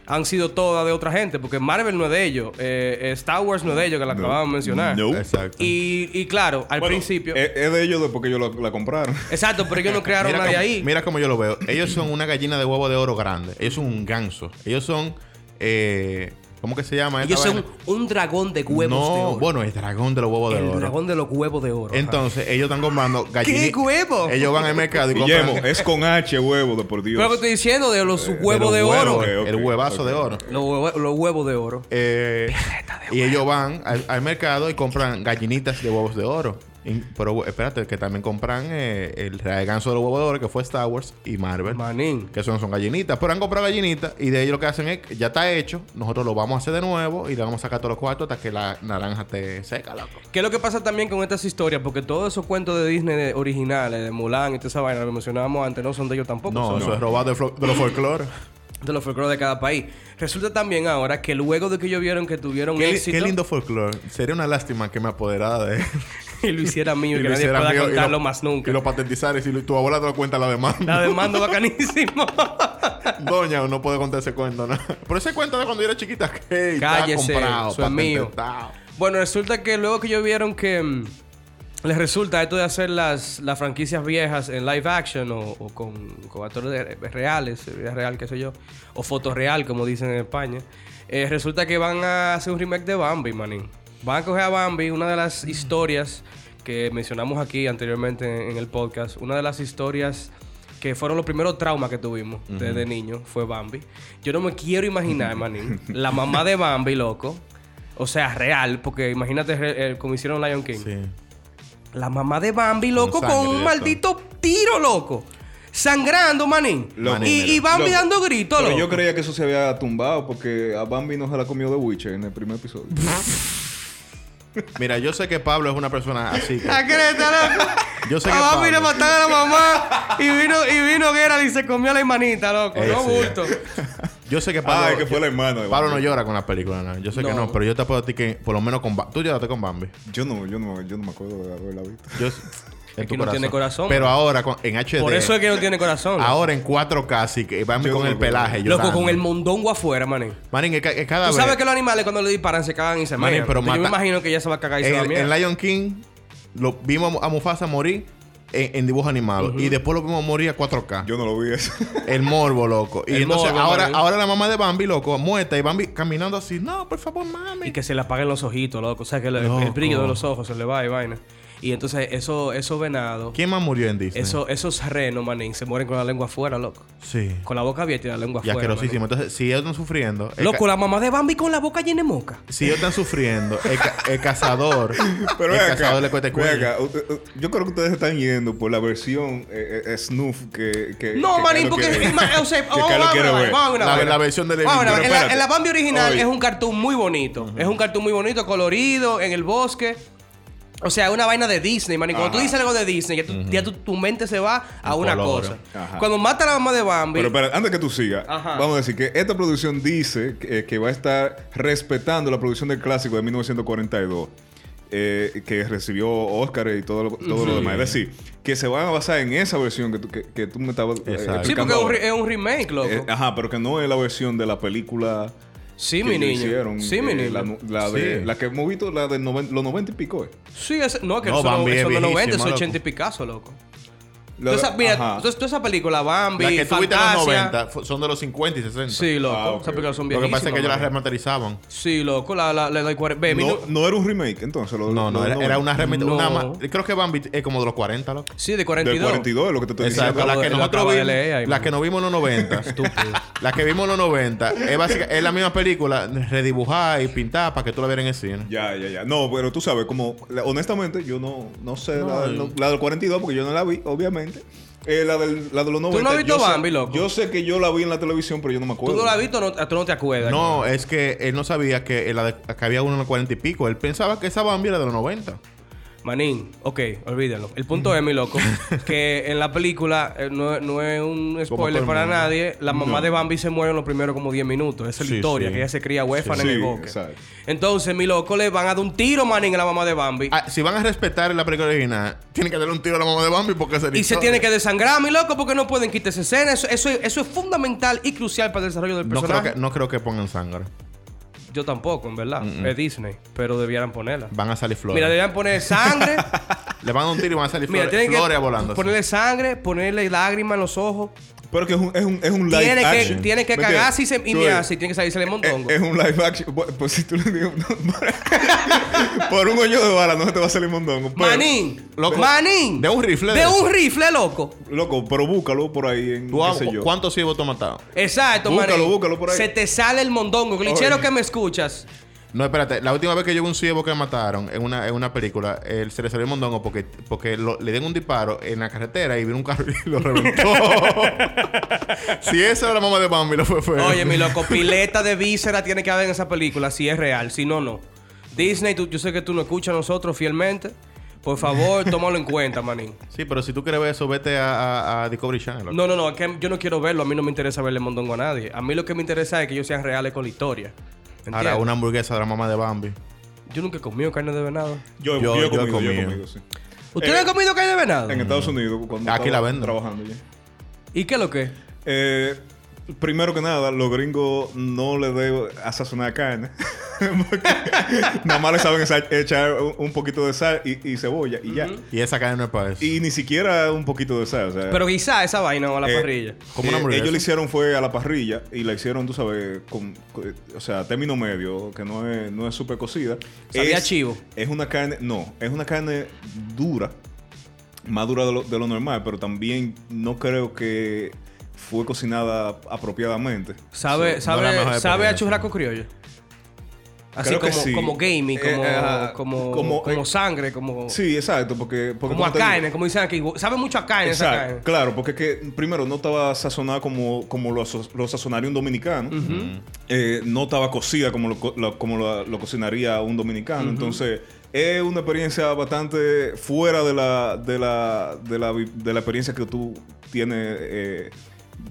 [SPEAKER 3] han sido todas de otra gente. Porque Marvel no es de ellos, eh, Star Wars no es de ellos, que la
[SPEAKER 4] No.
[SPEAKER 3] acabamos de mencionar.
[SPEAKER 4] No.
[SPEAKER 2] Exacto.
[SPEAKER 3] Uh, Y, y claro, al
[SPEAKER 4] Bueno, eh,
[SPEAKER 3] principio...
[SPEAKER 4] Es, es de ellos después que ellos la, la compraron.
[SPEAKER 3] Exacto, pero ellos no crearon
[SPEAKER 2] mira,
[SPEAKER 3] nada de
[SPEAKER 2] cómo-
[SPEAKER 3] ahí.
[SPEAKER 2] mira cómo yo lo veo. Ellos son una gallina de huevo de oro grande. Ellos son un ganso. Ellos son. eh, ¿Cómo que se llama? esta
[SPEAKER 3] Ellos son
[SPEAKER 2] vaina?
[SPEAKER 3] un dragón de huevos
[SPEAKER 2] no,
[SPEAKER 3] de oro.
[SPEAKER 2] bueno, el dragón de los huevos de
[SPEAKER 3] el
[SPEAKER 2] oro.
[SPEAKER 3] dragón de los huevos de oro.
[SPEAKER 2] Entonces, ellos están comprando gallinas.
[SPEAKER 3] huevo?
[SPEAKER 2] Ellos van al mercado y compran.
[SPEAKER 4] Guillermo, es con H, huevo, de por
[SPEAKER 3] ajá. Pero lo
[SPEAKER 4] Dios.
[SPEAKER 3] que estoy diciendo de los
[SPEAKER 2] eh, de los
[SPEAKER 3] huevos de oro.
[SPEAKER 2] huevos,
[SPEAKER 4] Ok, ok,
[SPEAKER 2] el huevazo
[SPEAKER 4] ok.
[SPEAKER 2] de oro.
[SPEAKER 3] Los, huevo- los huevos de oro.
[SPEAKER 2] Eh, y ellos van al, al mercado y compran gallinitas de huevos de oro. Y- pero espérate, que también compran eh, el real ganso de los huevos de oro, que fue Star Wars y Marvel.
[SPEAKER 3] Manín.
[SPEAKER 2] que son, son gallinitas. Pero han comprado gallinitas y de ellos lo que hacen es, que ya está hecho, nosotros lo vamos a hacer de nuevo y le vamos a sacar todos los cuartos hasta que la naranja esté seca, loco.
[SPEAKER 3] ¿Qué es lo que pasa también con estas historias? Porque todos esos cuentos de Disney de- originales, de Mulan y toda esa vaina, lo mencionábamos antes, no son de ellos tampoco.
[SPEAKER 2] No,
[SPEAKER 3] son
[SPEAKER 2] eso es robado de, flo- de los folclores.
[SPEAKER 3] de los folclores de cada país. Resulta también ahora que luego de que ellos vieron que tuvieron
[SPEAKER 2] qué,
[SPEAKER 3] éxito
[SPEAKER 2] qué lindo folclore. Sería una lástima que me apoderara de él.
[SPEAKER 3] y lo hiciera mío y, que
[SPEAKER 2] lo
[SPEAKER 3] nadie
[SPEAKER 2] hiciera
[SPEAKER 3] pueda
[SPEAKER 2] mío y lo-
[SPEAKER 3] contarlo más nunca.
[SPEAKER 2] Y lo patentizar y si lo- tu abuela te lo cuenta la demanda.
[SPEAKER 3] La demanda bacanísimo.
[SPEAKER 2] Doña no puede contar ese cuento, ¿no? Pero ese cuento de cuando yo era chiquita que
[SPEAKER 3] Cállese, eso es mío.
[SPEAKER 2] patentado.
[SPEAKER 3] Bueno, resulta que luego que ellos vieron que mm, les resulta esto de hacer las, las franquicias viejas en live action o, o con, con actores de- reales, de vida real, qué sé yo, o foto real, como dicen en España, eh, resulta que van a hacer un remake de Bambi, manín. Van a coger a Bambi, una de las historias que mencionamos aquí anteriormente en el podcast, una de las historias que fueron los primeros traumas que tuvimos desde niño fue Bambi. Yo no me quiero imaginar, manín, la mamá de Bambi, loco. O sea, real, porque imagínate re- eh, como hicieron Lion King.
[SPEAKER 2] Sí.
[SPEAKER 3] La mamá de Bambi, loco, con,
[SPEAKER 2] sangre
[SPEAKER 3] un
[SPEAKER 2] directo.
[SPEAKER 3] maldito tiro, loco. Sangrando, manín.
[SPEAKER 4] Loco.
[SPEAKER 3] y, y Bambi
[SPEAKER 4] Loco.
[SPEAKER 3] dando gritos,
[SPEAKER 4] Pero
[SPEAKER 3] loco.
[SPEAKER 4] yo creía que eso se había tumbado porque a Bambi no se la comió de Witcher en el primer episodio.
[SPEAKER 2] Mira, yo sé que Pablo es una persona así. que-
[SPEAKER 3] La creta, loco.
[SPEAKER 2] Yo sé que
[SPEAKER 3] a Bambi
[SPEAKER 2] Pablo-
[SPEAKER 3] le mataron a la mamá y vino, y vino Geralt y se comió a la hermanita, loco.
[SPEAKER 2] Eh,
[SPEAKER 3] no
[SPEAKER 2] sí.
[SPEAKER 3] bulto.
[SPEAKER 2] Yo sé que Pablo.
[SPEAKER 4] Ah, es que fue la hermana de
[SPEAKER 2] Pablo no
[SPEAKER 4] Bambi.
[SPEAKER 2] llora con la película, ¿no? yo sé que
[SPEAKER 3] No.
[SPEAKER 2] no, pero yo te puedo decir que por lo menos con Bambi. Tú lloraste con Bambi.
[SPEAKER 4] Yo no, yo no, yo no me acuerdo de haberla visto.
[SPEAKER 2] Yo, en
[SPEAKER 3] que no tiene corazón.
[SPEAKER 2] Pero ahora con- en HD.
[SPEAKER 3] Por eso es que no tiene corazón. loco.
[SPEAKER 2] Ahora en 4K sí que Bambi
[SPEAKER 4] Yo
[SPEAKER 2] con
[SPEAKER 4] no
[SPEAKER 2] el
[SPEAKER 4] me acuerdo.
[SPEAKER 2] pelaje.
[SPEAKER 3] Loco,
[SPEAKER 2] llorando.
[SPEAKER 3] con el mondongo afuera, manín.
[SPEAKER 2] Manín, es, ca- es cada
[SPEAKER 3] Tú
[SPEAKER 2] vez.
[SPEAKER 3] sabes que los animales cuando le disparan se cagan y se
[SPEAKER 2] Manín,
[SPEAKER 3] mean.
[SPEAKER 2] pero
[SPEAKER 3] Entonces, Yo me
[SPEAKER 2] mata-
[SPEAKER 3] imagino que ella se va a cagar y se
[SPEAKER 2] en,
[SPEAKER 3] va a
[SPEAKER 2] el-
[SPEAKER 3] mear.
[SPEAKER 2] en Lion King lo vimos a Mufasa morir en, en dibujo animado. Y después lo vimos morir a 4K.
[SPEAKER 4] Yo no lo vi eso.
[SPEAKER 2] El morbo, loco. Y
[SPEAKER 3] El
[SPEAKER 2] entonces
[SPEAKER 3] morbo,
[SPEAKER 2] ahora,
[SPEAKER 3] Manín.
[SPEAKER 2] ahora la mamá de Bambi, loco, muerta. Y Bambi caminando así. No, por favor, mami.
[SPEAKER 3] Y que se le apaguen los ojitos, loco. O sea, que el, el
[SPEAKER 2] Loco.
[SPEAKER 3] brillo de los ojos se le va y vaina. Y entonces, eso, esos venados,
[SPEAKER 2] ¿Quién más murió en Disney?
[SPEAKER 3] esos, esos renos, manín, se mueren con la lengua afuera, loco.
[SPEAKER 2] Sí.
[SPEAKER 3] Con la boca abierta y la lengua
[SPEAKER 2] Y
[SPEAKER 3] afuera.
[SPEAKER 2] asquerosísimo. Entonces, si ellos están sufriendo. el
[SPEAKER 3] manín. Loco,
[SPEAKER 2] ca-
[SPEAKER 3] la mamá de Bambi con la boca llena de moca.
[SPEAKER 2] Si ellos están sufriendo, el, ca- el cazador.
[SPEAKER 4] Pero
[SPEAKER 2] el
[SPEAKER 4] ven acá,
[SPEAKER 2] cazador le cuesta el
[SPEAKER 4] ven
[SPEAKER 2] cuello.
[SPEAKER 4] acá, usted- u- yo creo que ustedes están yendo por la versión eh, eh, snuff que, que
[SPEAKER 3] No,
[SPEAKER 4] Eh, que
[SPEAKER 3] manín,
[SPEAKER 4] Carlos
[SPEAKER 3] porque.
[SPEAKER 4] quiere-
[SPEAKER 3] ma- o sea,
[SPEAKER 4] que
[SPEAKER 3] vamos,
[SPEAKER 4] Carlos
[SPEAKER 3] vamos,
[SPEAKER 4] quiere
[SPEAKER 3] vamos,
[SPEAKER 4] ver.
[SPEAKER 3] vamos a una
[SPEAKER 2] La-
[SPEAKER 3] vaina.
[SPEAKER 2] la versión de Levin.
[SPEAKER 3] Vamos a una
[SPEAKER 4] Pero
[SPEAKER 3] vaina. en, la,
[SPEAKER 4] espérate.
[SPEAKER 3] en la Bambi original
[SPEAKER 4] Oye.
[SPEAKER 3] es un cartoon muy bonito. Es un cartoon muy bonito, colorido, en el bosque. O sea, una vaina de Disney, manín. Cuando tú
[SPEAKER 4] Ajá.
[SPEAKER 3] dices algo de Disney, ya, tú- ya tu, tu mente se va a
[SPEAKER 2] Un
[SPEAKER 3] una
[SPEAKER 2] color.
[SPEAKER 3] cosa.
[SPEAKER 4] Ajá.
[SPEAKER 3] Cuando mata a la mamá de Bambi.
[SPEAKER 4] Pero espera, antes que tú sigas,
[SPEAKER 3] Ajá.
[SPEAKER 4] vamos a decir que esta producción dice que, que va a estar respetando la producción del clásico de 1942. eh, que recibió Oscar y todo lo, todo lo
[SPEAKER 2] Sí.
[SPEAKER 4] demás. Es decir, que se van a basar en esa versión que tú, que, que tú me estabas eh,
[SPEAKER 2] Exacto.
[SPEAKER 3] sí, porque es
[SPEAKER 4] explicando
[SPEAKER 3] un,
[SPEAKER 4] ahora.
[SPEAKER 3] re- es un remake, loco.
[SPEAKER 4] Eh, ajá, pero que no es la versión de la película
[SPEAKER 3] sí,
[SPEAKER 4] que
[SPEAKER 3] mi
[SPEAKER 4] ellos
[SPEAKER 3] niño.
[SPEAKER 4] hicieron.
[SPEAKER 3] sí, mi
[SPEAKER 4] eh,
[SPEAKER 3] niño.
[SPEAKER 4] La, nu- la de,
[SPEAKER 2] Sí.
[SPEAKER 4] la que hemos visto, la de noven- los 90 y pico. eh.
[SPEAKER 3] Sí, es, no, que
[SPEAKER 2] No,
[SPEAKER 3] eso no-
[SPEAKER 2] Bambi es
[SPEAKER 3] eso no lo vende,
[SPEAKER 2] viejísima,
[SPEAKER 3] eso es 80 y
[SPEAKER 2] loco.
[SPEAKER 3] Picasso, loco.
[SPEAKER 4] La-
[SPEAKER 3] Entonces, mira,
[SPEAKER 4] ajá.
[SPEAKER 3] entonces, toda esa película, Bambi,
[SPEAKER 2] Las que tuviste en los
[SPEAKER 3] Fantasia-
[SPEAKER 2] 90 fu- son de los 50 y 60.
[SPEAKER 3] Sí, loco.
[SPEAKER 4] Ah, ok.
[SPEAKER 3] Esas películas son
[SPEAKER 2] Lo que
[SPEAKER 3] viejísimas.
[SPEAKER 2] pasa es que ellos las
[SPEAKER 3] manín.
[SPEAKER 2] remasterizaban.
[SPEAKER 3] Sí, loco, la, la, la, la cuare- ve, mil-
[SPEAKER 4] no, no era un remake, entonces. lo-
[SPEAKER 2] No, no,
[SPEAKER 4] lo-
[SPEAKER 2] era,
[SPEAKER 4] lo-
[SPEAKER 2] era una
[SPEAKER 3] No.
[SPEAKER 2] remasterización. Creo que Bambi es como de los 40, loco.
[SPEAKER 3] Sí, de
[SPEAKER 4] Del
[SPEAKER 3] 42.
[SPEAKER 4] 42, es lo que te estoy
[SPEAKER 2] Exacto,
[SPEAKER 4] diciendo.
[SPEAKER 2] la
[SPEAKER 3] acabo
[SPEAKER 2] que
[SPEAKER 3] de- lo
[SPEAKER 2] nosotros
[SPEAKER 3] acabo de
[SPEAKER 2] vimos,
[SPEAKER 3] leer ahí,
[SPEAKER 2] la
[SPEAKER 3] man.
[SPEAKER 2] que nos vimos en los 90,
[SPEAKER 3] Estúpido.
[SPEAKER 2] la que vimos en los 90, es, básica- es la misma película redibujada y pintada para que tú la vieras en el cine.
[SPEAKER 4] Ya, ya, ya. No, pero tú sabes, como, la- honestamente, yo no, no sé la,
[SPEAKER 2] No.
[SPEAKER 4] no- la del 42 porque yo no la vi, obviamente. Eh, la, del, la de los 90.
[SPEAKER 3] no has visto
[SPEAKER 4] yo sé-
[SPEAKER 3] Bambi, loco?
[SPEAKER 4] Yo sé que yo la vi en la televisión, pero yo no me
[SPEAKER 3] Tú
[SPEAKER 4] acuerdo.
[SPEAKER 3] no la has visto, no, tú no te acuerdas.
[SPEAKER 2] No, es que él no sabía que, la de- que había uno en los 40 y pico. Él pensaba que esa Bambi era de los 90.
[SPEAKER 3] Manín, ok, olvídalo. El punto es, mi loco, que en la película, eh, no, no es un
[SPEAKER 2] todo
[SPEAKER 3] spoiler
[SPEAKER 2] el
[SPEAKER 3] para
[SPEAKER 2] mundo.
[SPEAKER 3] nadie, la mamá de Bambi se muere en los primeros como 10 minutos. Esa es la
[SPEAKER 2] Sí,
[SPEAKER 3] historia,
[SPEAKER 2] sí.
[SPEAKER 3] que ella se cría huérfana
[SPEAKER 4] Sí,
[SPEAKER 3] en el bosque.
[SPEAKER 4] exacto.
[SPEAKER 3] Entonces, mi loco, le van a dar un tiro, manín, a la mamá de Bambi.
[SPEAKER 2] Ah, si van a respetar la película original, tienen que darle un tiro a la mamá de Bambi porque es la
[SPEAKER 3] Y se
[SPEAKER 2] historia.
[SPEAKER 3] tiene que desangrar, mi loco, porque no pueden quitar esa escena. Eso, eso, eso es fundamental y crucial para el desarrollo del
[SPEAKER 2] No creo,
[SPEAKER 3] personaje.
[SPEAKER 2] que, no creo que pongan sangre.
[SPEAKER 3] Yo tampoco, en verdad.
[SPEAKER 2] Mm-mm.
[SPEAKER 3] Es Disney, pero debieran ponerla.
[SPEAKER 2] Van a salir flores.
[SPEAKER 3] Mira, deberían poner sangre.
[SPEAKER 2] Le van a dar un tiro y van a salir
[SPEAKER 3] Mira,
[SPEAKER 2] flores,
[SPEAKER 3] tienen
[SPEAKER 2] flores
[SPEAKER 3] que
[SPEAKER 2] volando. así.
[SPEAKER 3] ponerle sangre, ponerle lágrimas en los ojos.
[SPEAKER 4] Pero que es un, es un, es un live
[SPEAKER 3] Tiene que,
[SPEAKER 4] action.
[SPEAKER 3] tiene que
[SPEAKER 4] ¿Me entiendes?
[SPEAKER 3] cagarse y, se, y
[SPEAKER 4] Tú ves,
[SPEAKER 3] mearse y tiene que salirse el
[SPEAKER 4] Es,
[SPEAKER 3] mondongo.
[SPEAKER 4] es un live action. Bu- Pues si tú le digo. por un hoyo de bala no te va a salir mondongo. pero-
[SPEAKER 3] Manín,
[SPEAKER 2] Loco,
[SPEAKER 3] manín.
[SPEAKER 2] de un rifle
[SPEAKER 3] De
[SPEAKER 2] de
[SPEAKER 3] un
[SPEAKER 2] eso.
[SPEAKER 3] rifle, loco.
[SPEAKER 4] Loco, pero búscalo por ahí en.
[SPEAKER 2] ¿Tú
[SPEAKER 4] qué
[SPEAKER 2] a-
[SPEAKER 4] sé yo.
[SPEAKER 2] ¿Cuántos cibos tú has matado?
[SPEAKER 3] Exacto,
[SPEAKER 4] Búscalo,
[SPEAKER 3] manín.
[SPEAKER 4] búscalo por ahí.
[SPEAKER 3] Se te sale el mondongo. Glitchero
[SPEAKER 4] Oye.
[SPEAKER 3] que me escuchas.
[SPEAKER 2] No, espérate. La última vez que yo vi un ciego que mataron en una, en una película, él se le salió el mondongo porque, porque lo- le dieron un disparo en la carretera y vino un carro y lo reventó. si esa era la mamá de Bambi, lo fue feo.
[SPEAKER 3] Oye, mi loco, pileta de víscera tiene que haber en esa película, si es real, si no, no. Disney, tú- yo sé que tú no escuchas a nosotros fielmente. Por favor, tómalo en cuenta, manín.
[SPEAKER 2] Sí, pero si tú quieres ver eso, vete a, a- a Discovery Channel. loco.
[SPEAKER 3] No, no, no, es que yo no quiero verlo, a mí no me interesa verle mondongo a nadie. A mí lo que me interesa es que ellos sean reales con la historia. ¿Entiendes?
[SPEAKER 2] Ahora, una hamburguesa de la mamá de Bambi.
[SPEAKER 3] Yo nunca he comido carne de venado.
[SPEAKER 4] Yo,
[SPEAKER 2] Yo-
[SPEAKER 4] yo, he
[SPEAKER 2] yo he
[SPEAKER 4] comido, yo he
[SPEAKER 2] comido.
[SPEAKER 4] comido, sí.
[SPEAKER 3] ¿Ustedes
[SPEAKER 4] Eh,
[SPEAKER 3] han comido carne de venado?
[SPEAKER 4] En Estados Unidos, cuando
[SPEAKER 2] Aquí
[SPEAKER 4] estaba
[SPEAKER 2] la venden.
[SPEAKER 4] trabajando ya.
[SPEAKER 3] ¿Y qué es lo que? es?
[SPEAKER 4] Eh, primero que nada, los gringos no le deben asesinar carne. Porque nada más le saben esa- echar un- un poquito de sal y, y cebolla y ya.
[SPEAKER 2] Y esa carne no es para eso.
[SPEAKER 4] Y ni siquiera un poquito de sal. o sea,
[SPEAKER 3] Pero quizá esa vaina o a la
[SPEAKER 4] eh,
[SPEAKER 3] parrilla.
[SPEAKER 2] Como una
[SPEAKER 4] eh,
[SPEAKER 2] hamburguesa.
[SPEAKER 4] ellos le hicieron fue a la parrilla y la hicieron, tú sabes, con, con- o sea, término medio, que no es, no es súper cocida.
[SPEAKER 3] Sabía
[SPEAKER 4] es,
[SPEAKER 3] chivo.
[SPEAKER 4] Es una carne, no, es una carne dura, más dura de lo, de lo normal, pero también no creo que fue cocinada apropiadamente.
[SPEAKER 3] Sabe,
[SPEAKER 2] Sí, no la
[SPEAKER 3] sabe,
[SPEAKER 2] mejor
[SPEAKER 3] sabe a
[SPEAKER 2] experiencia.
[SPEAKER 3] churrasco criollo. Así
[SPEAKER 4] Creo que
[SPEAKER 3] como,
[SPEAKER 4] sí.
[SPEAKER 3] como gamey, como,
[SPEAKER 4] Eh, ajá,
[SPEAKER 3] como, como,
[SPEAKER 4] como- eh,
[SPEAKER 3] sangre, como,
[SPEAKER 4] Sí, exacto, porque... porque
[SPEAKER 3] como a
[SPEAKER 4] te digo-
[SPEAKER 3] carne, como dicen aquí. Sabe mucho a carne esa
[SPEAKER 4] Exacto,
[SPEAKER 3] carne.
[SPEAKER 4] claro, porque es que primero no estaba sazonada como, como lo, aso- lo sazonaría un dominicano, Eh, no estaba cocida como lo, co- la- como la- lo cocinaría un dominicano, entonces es una experiencia bastante fuera de la, de la, de la, vi- de la experiencia que tú tienes eh,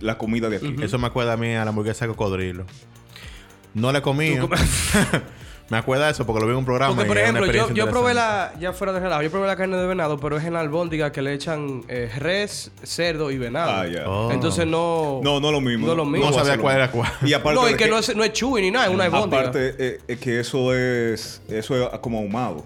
[SPEAKER 4] la comida de aquí.
[SPEAKER 2] Eso me acuerda a mí a la hamburguesa de cocodrilo. No la comí.
[SPEAKER 3] Tú com-
[SPEAKER 2] me acuerda de eso porque lo vi en un programa.
[SPEAKER 3] Porque, por
[SPEAKER 2] y era una
[SPEAKER 3] ejemplo, yo,
[SPEAKER 2] experiencia
[SPEAKER 3] yo probé
[SPEAKER 2] interesante.
[SPEAKER 3] la... Ya fuera de relajo. Yo probé la carne de venado, pero es en la albóndiga que le echan eh, res, cerdo y venado.
[SPEAKER 4] Ah, ya.
[SPEAKER 2] Oh.
[SPEAKER 3] Entonces no...
[SPEAKER 4] No, no es lo mismo.
[SPEAKER 3] No es lo mismo.
[SPEAKER 2] No
[SPEAKER 4] va a
[SPEAKER 2] sabía
[SPEAKER 4] ser lo
[SPEAKER 2] cuál era
[SPEAKER 4] mismo.
[SPEAKER 2] cuál.
[SPEAKER 4] Y aparte
[SPEAKER 3] No, y
[SPEAKER 4] de
[SPEAKER 3] que, no, es, no es chewy ni nada. Es una albóndiga.
[SPEAKER 4] aparte eh, eh, que eso es eso es como ahumado,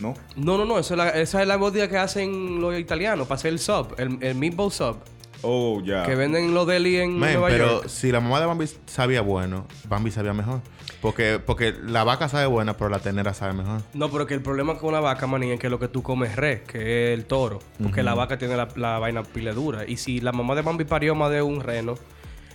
[SPEAKER 4] ¿no?
[SPEAKER 3] No, no, no. Esa es la, esa es la albóndiga que hacen los italianos para hacer el sub. El, el meatball sub.
[SPEAKER 4] Oh, ya.
[SPEAKER 3] Que venden los deli en
[SPEAKER 2] Men,
[SPEAKER 3] Nueva
[SPEAKER 2] pero
[SPEAKER 3] York.
[SPEAKER 2] si la mamá de Bambi sabía bueno, Bambi sabía mejor. Porque, porque la vaca sabe buena, pero la ternera sabe mejor.
[SPEAKER 3] No, pero que el problema con la vaca, maní, es que lo que tú comes es res, que es el toro. Porque la vaca tiene la, la vaina pile dura. Y si la mamá de Bambi parió más de un reno,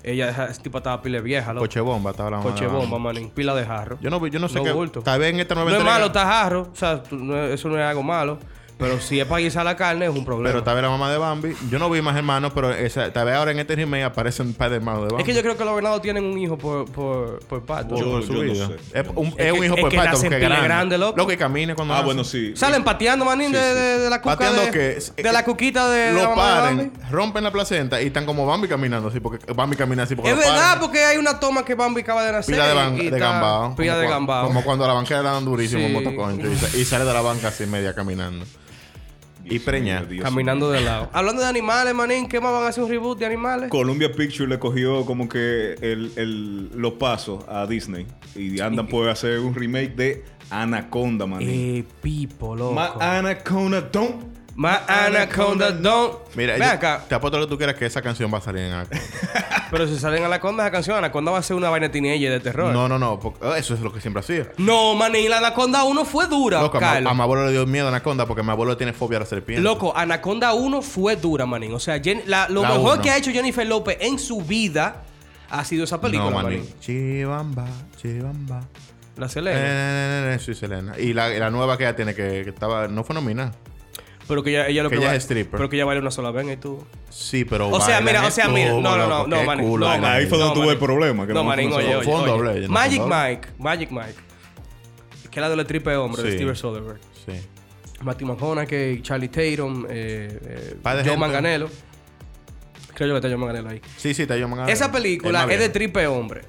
[SPEAKER 3] ella esa- esa tipo estaba pile vieja, loco.
[SPEAKER 2] Coche bomba, estaba la mamá. de
[SPEAKER 3] Coche
[SPEAKER 2] Bambi.
[SPEAKER 3] bomba, manín. Pila de jarro.
[SPEAKER 2] Yo no, vi- yo no sé
[SPEAKER 3] No
[SPEAKER 2] qué.
[SPEAKER 3] bulto.
[SPEAKER 2] Tal vez en esta
[SPEAKER 3] no
[SPEAKER 2] nueva
[SPEAKER 3] es
[SPEAKER 2] entrega-
[SPEAKER 3] malo, está jarro. O sea, tú- no- eso no es algo malo. Pero si es para guisar la carne, es un problema.
[SPEAKER 2] Pero tal vez la mamá de Bambi. Yo no vi más hermanos, pero esa, tal vez ahora en este remake aparece un par de hermanos de Bambi.
[SPEAKER 3] es que yo creo que los venados tienen un hijo por, por, por parto.
[SPEAKER 2] Por-
[SPEAKER 4] Yo-
[SPEAKER 2] por
[SPEAKER 4] yo
[SPEAKER 2] su
[SPEAKER 4] no
[SPEAKER 2] vida.
[SPEAKER 4] sé.
[SPEAKER 2] Es un, es
[SPEAKER 3] Es
[SPEAKER 2] un
[SPEAKER 3] que-
[SPEAKER 2] hijo
[SPEAKER 3] es
[SPEAKER 2] por
[SPEAKER 3] que
[SPEAKER 2] parto,
[SPEAKER 3] nacen
[SPEAKER 2] porque es
[SPEAKER 3] pile
[SPEAKER 2] grande.
[SPEAKER 3] grande, loco.
[SPEAKER 2] que camine cuando
[SPEAKER 4] Ah,
[SPEAKER 2] nace.
[SPEAKER 4] bueno, sí.
[SPEAKER 3] Salen pateando, manín,
[SPEAKER 4] Sí,
[SPEAKER 3] de,
[SPEAKER 4] sí.
[SPEAKER 3] de- de la cuca
[SPEAKER 2] Pateando
[SPEAKER 3] de,
[SPEAKER 2] que-
[SPEAKER 3] de la cuquita de la
[SPEAKER 2] Lo
[SPEAKER 3] mamá de
[SPEAKER 2] paren,
[SPEAKER 3] Bambi.
[SPEAKER 2] rompen la placenta y están como Bambi caminando así, porque Bambi camina así porque
[SPEAKER 3] Es
[SPEAKER 2] lo
[SPEAKER 3] verdad,
[SPEAKER 2] paran.
[SPEAKER 3] porque hay una toma que Bambi acaba de nacer.
[SPEAKER 2] Pila de, ban-
[SPEAKER 3] y
[SPEAKER 2] de
[SPEAKER 3] está-
[SPEAKER 2] gambao.
[SPEAKER 3] Pila
[SPEAKER 2] Como
[SPEAKER 3] de
[SPEAKER 2] cua-
[SPEAKER 3] gambao.
[SPEAKER 2] Como cuando a la banquera le dan durísimo un
[SPEAKER 3] Sí.
[SPEAKER 2] motoconcho y, sa- y sale de la banca así media caminando. Y preña.
[SPEAKER 4] Dios mío, Dios
[SPEAKER 3] Caminando de lado. Hablando de animales, manín, ¿qué más van a hacer un reboot de animales?
[SPEAKER 4] Columbia Pictures le cogió como que el, el- los pasos a Disney y andan por hacer un remake de Anaconda, man.
[SPEAKER 3] eh, Pipo, loco.
[SPEAKER 4] My Anaconda don't.
[SPEAKER 3] My Anaconda Don't.
[SPEAKER 2] Mira,
[SPEAKER 3] Ven
[SPEAKER 2] yo-
[SPEAKER 3] acá.
[SPEAKER 2] te apuesto lo que tú quieras que esa canción va a salir en algo.
[SPEAKER 3] Pero si salen Anaconda, esa canción, Anaconda va a ser una vaina teenager de terror. No,
[SPEAKER 2] No, no, no. porque- eh, eso es lo que siempre hacía.
[SPEAKER 3] manín, la Anaconda 1 fue dura,
[SPEAKER 2] Loco, a, mi-
[SPEAKER 3] Carlos.
[SPEAKER 2] a mi abuelo le dio miedo a Anaconda porque mi abuelo tiene fobia a la serpiente.
[SPEAKER 3] Loco, Anaconda 1 fue dura, manín. O sea, Jen- la- lo
[SPEAKER 2] La
[SPEAKER 3] mejor
[SPEAKER 2] uno.
[SPEAKER 3] que ha hecho Jennifer López en su vida ha sido esa película,
[SPEAKER 2] no,
[SPEAKER 3] manín.
[SPEAKER 2] maní. Chibamba, chibamba.
[SPEAKER 3] La
[SPEAKER 2] Eh,
[SPEAKER 3] Selena.
[SPEAKER 2] eh, eh, eh, sí, Selena. Y la, la nueva que ella tiene que, que estaba. No fue nominada.
[SPEAKER 3] Pero que ella, ella lo
[SPEAKER 2] que
[SPEAKER 3] que,
[SPEAKER 2] ella
[SPEAKER 3] va-
[SPEAKER 2] es stripper.
[SPEAKER 3] Pero que ella vale una sola vez y tú.
[SPEAKER 2] Sí, pero.
[SPEAKER 3] O sea,
[SPEAKER 2] baila
[SPEAKER 3] mira,
[SPEAKER 2] en
[SPEAKER 3] o sea,
[SPEAKER 2] el
[SPEAKER 3] mira. No,
[SPEAKER 2] tubo,
[SPEAKER 3] no, no,
[SPEAKER 2] loco,
[SPEAKER 3] no,
[SPEAKER 2] qué
[SPEAKER 3] manín.
[SPEAKER 2] culo,
[SPEAKER 3] no,
[SPEAKER 2] vaina.
[SPEAKER 4] ahí fue donde tuve
[SPEAKER 3] manín.
[SPEAKER 4] el problema, que
[SPEAKER 3] no,
[SPEAKER 4] no
[SPEAKER 3] manín,
[SPEAKER 4] fue
[SPEAKER 3] oye,
[SPEAKER 4] nosotros.
[SPEAKER 3] oye,
[SPEAKER 2] Fue un
[SPEAKER 3] oye.
[SPEAKER 2] doble, yo no
[SPEAKER 3] Magic
[SPEAKER 2] fue un doble.
[SPEAKER 3] Mike, Magic Mike. Que es la del triple hombre de
[SPEAKER 2] Sí.
[SPEAKER 3] Steven Soderbergh.
[SPEAKER 2] Sí.
[SPEAKER 3] Matthew McConaughey, Charlie Tatum, eh, eh,
[SPEAKER 2] Par de
[SPEAKER 3] Joe
[SPEAKER 2] gente.
[SPEAKER 3] Manganello. Creo yo que está Joe Manganello ahí.
[SPEAKER 2] Sí, sí, te ayudan a-
[SPEAKER 3] Esa película
[SPEAKER 2] Ah, más
[SPEAKER 3] es de
[SPEAKER 2] vieja.
[SPEAKER 3] triple hombre.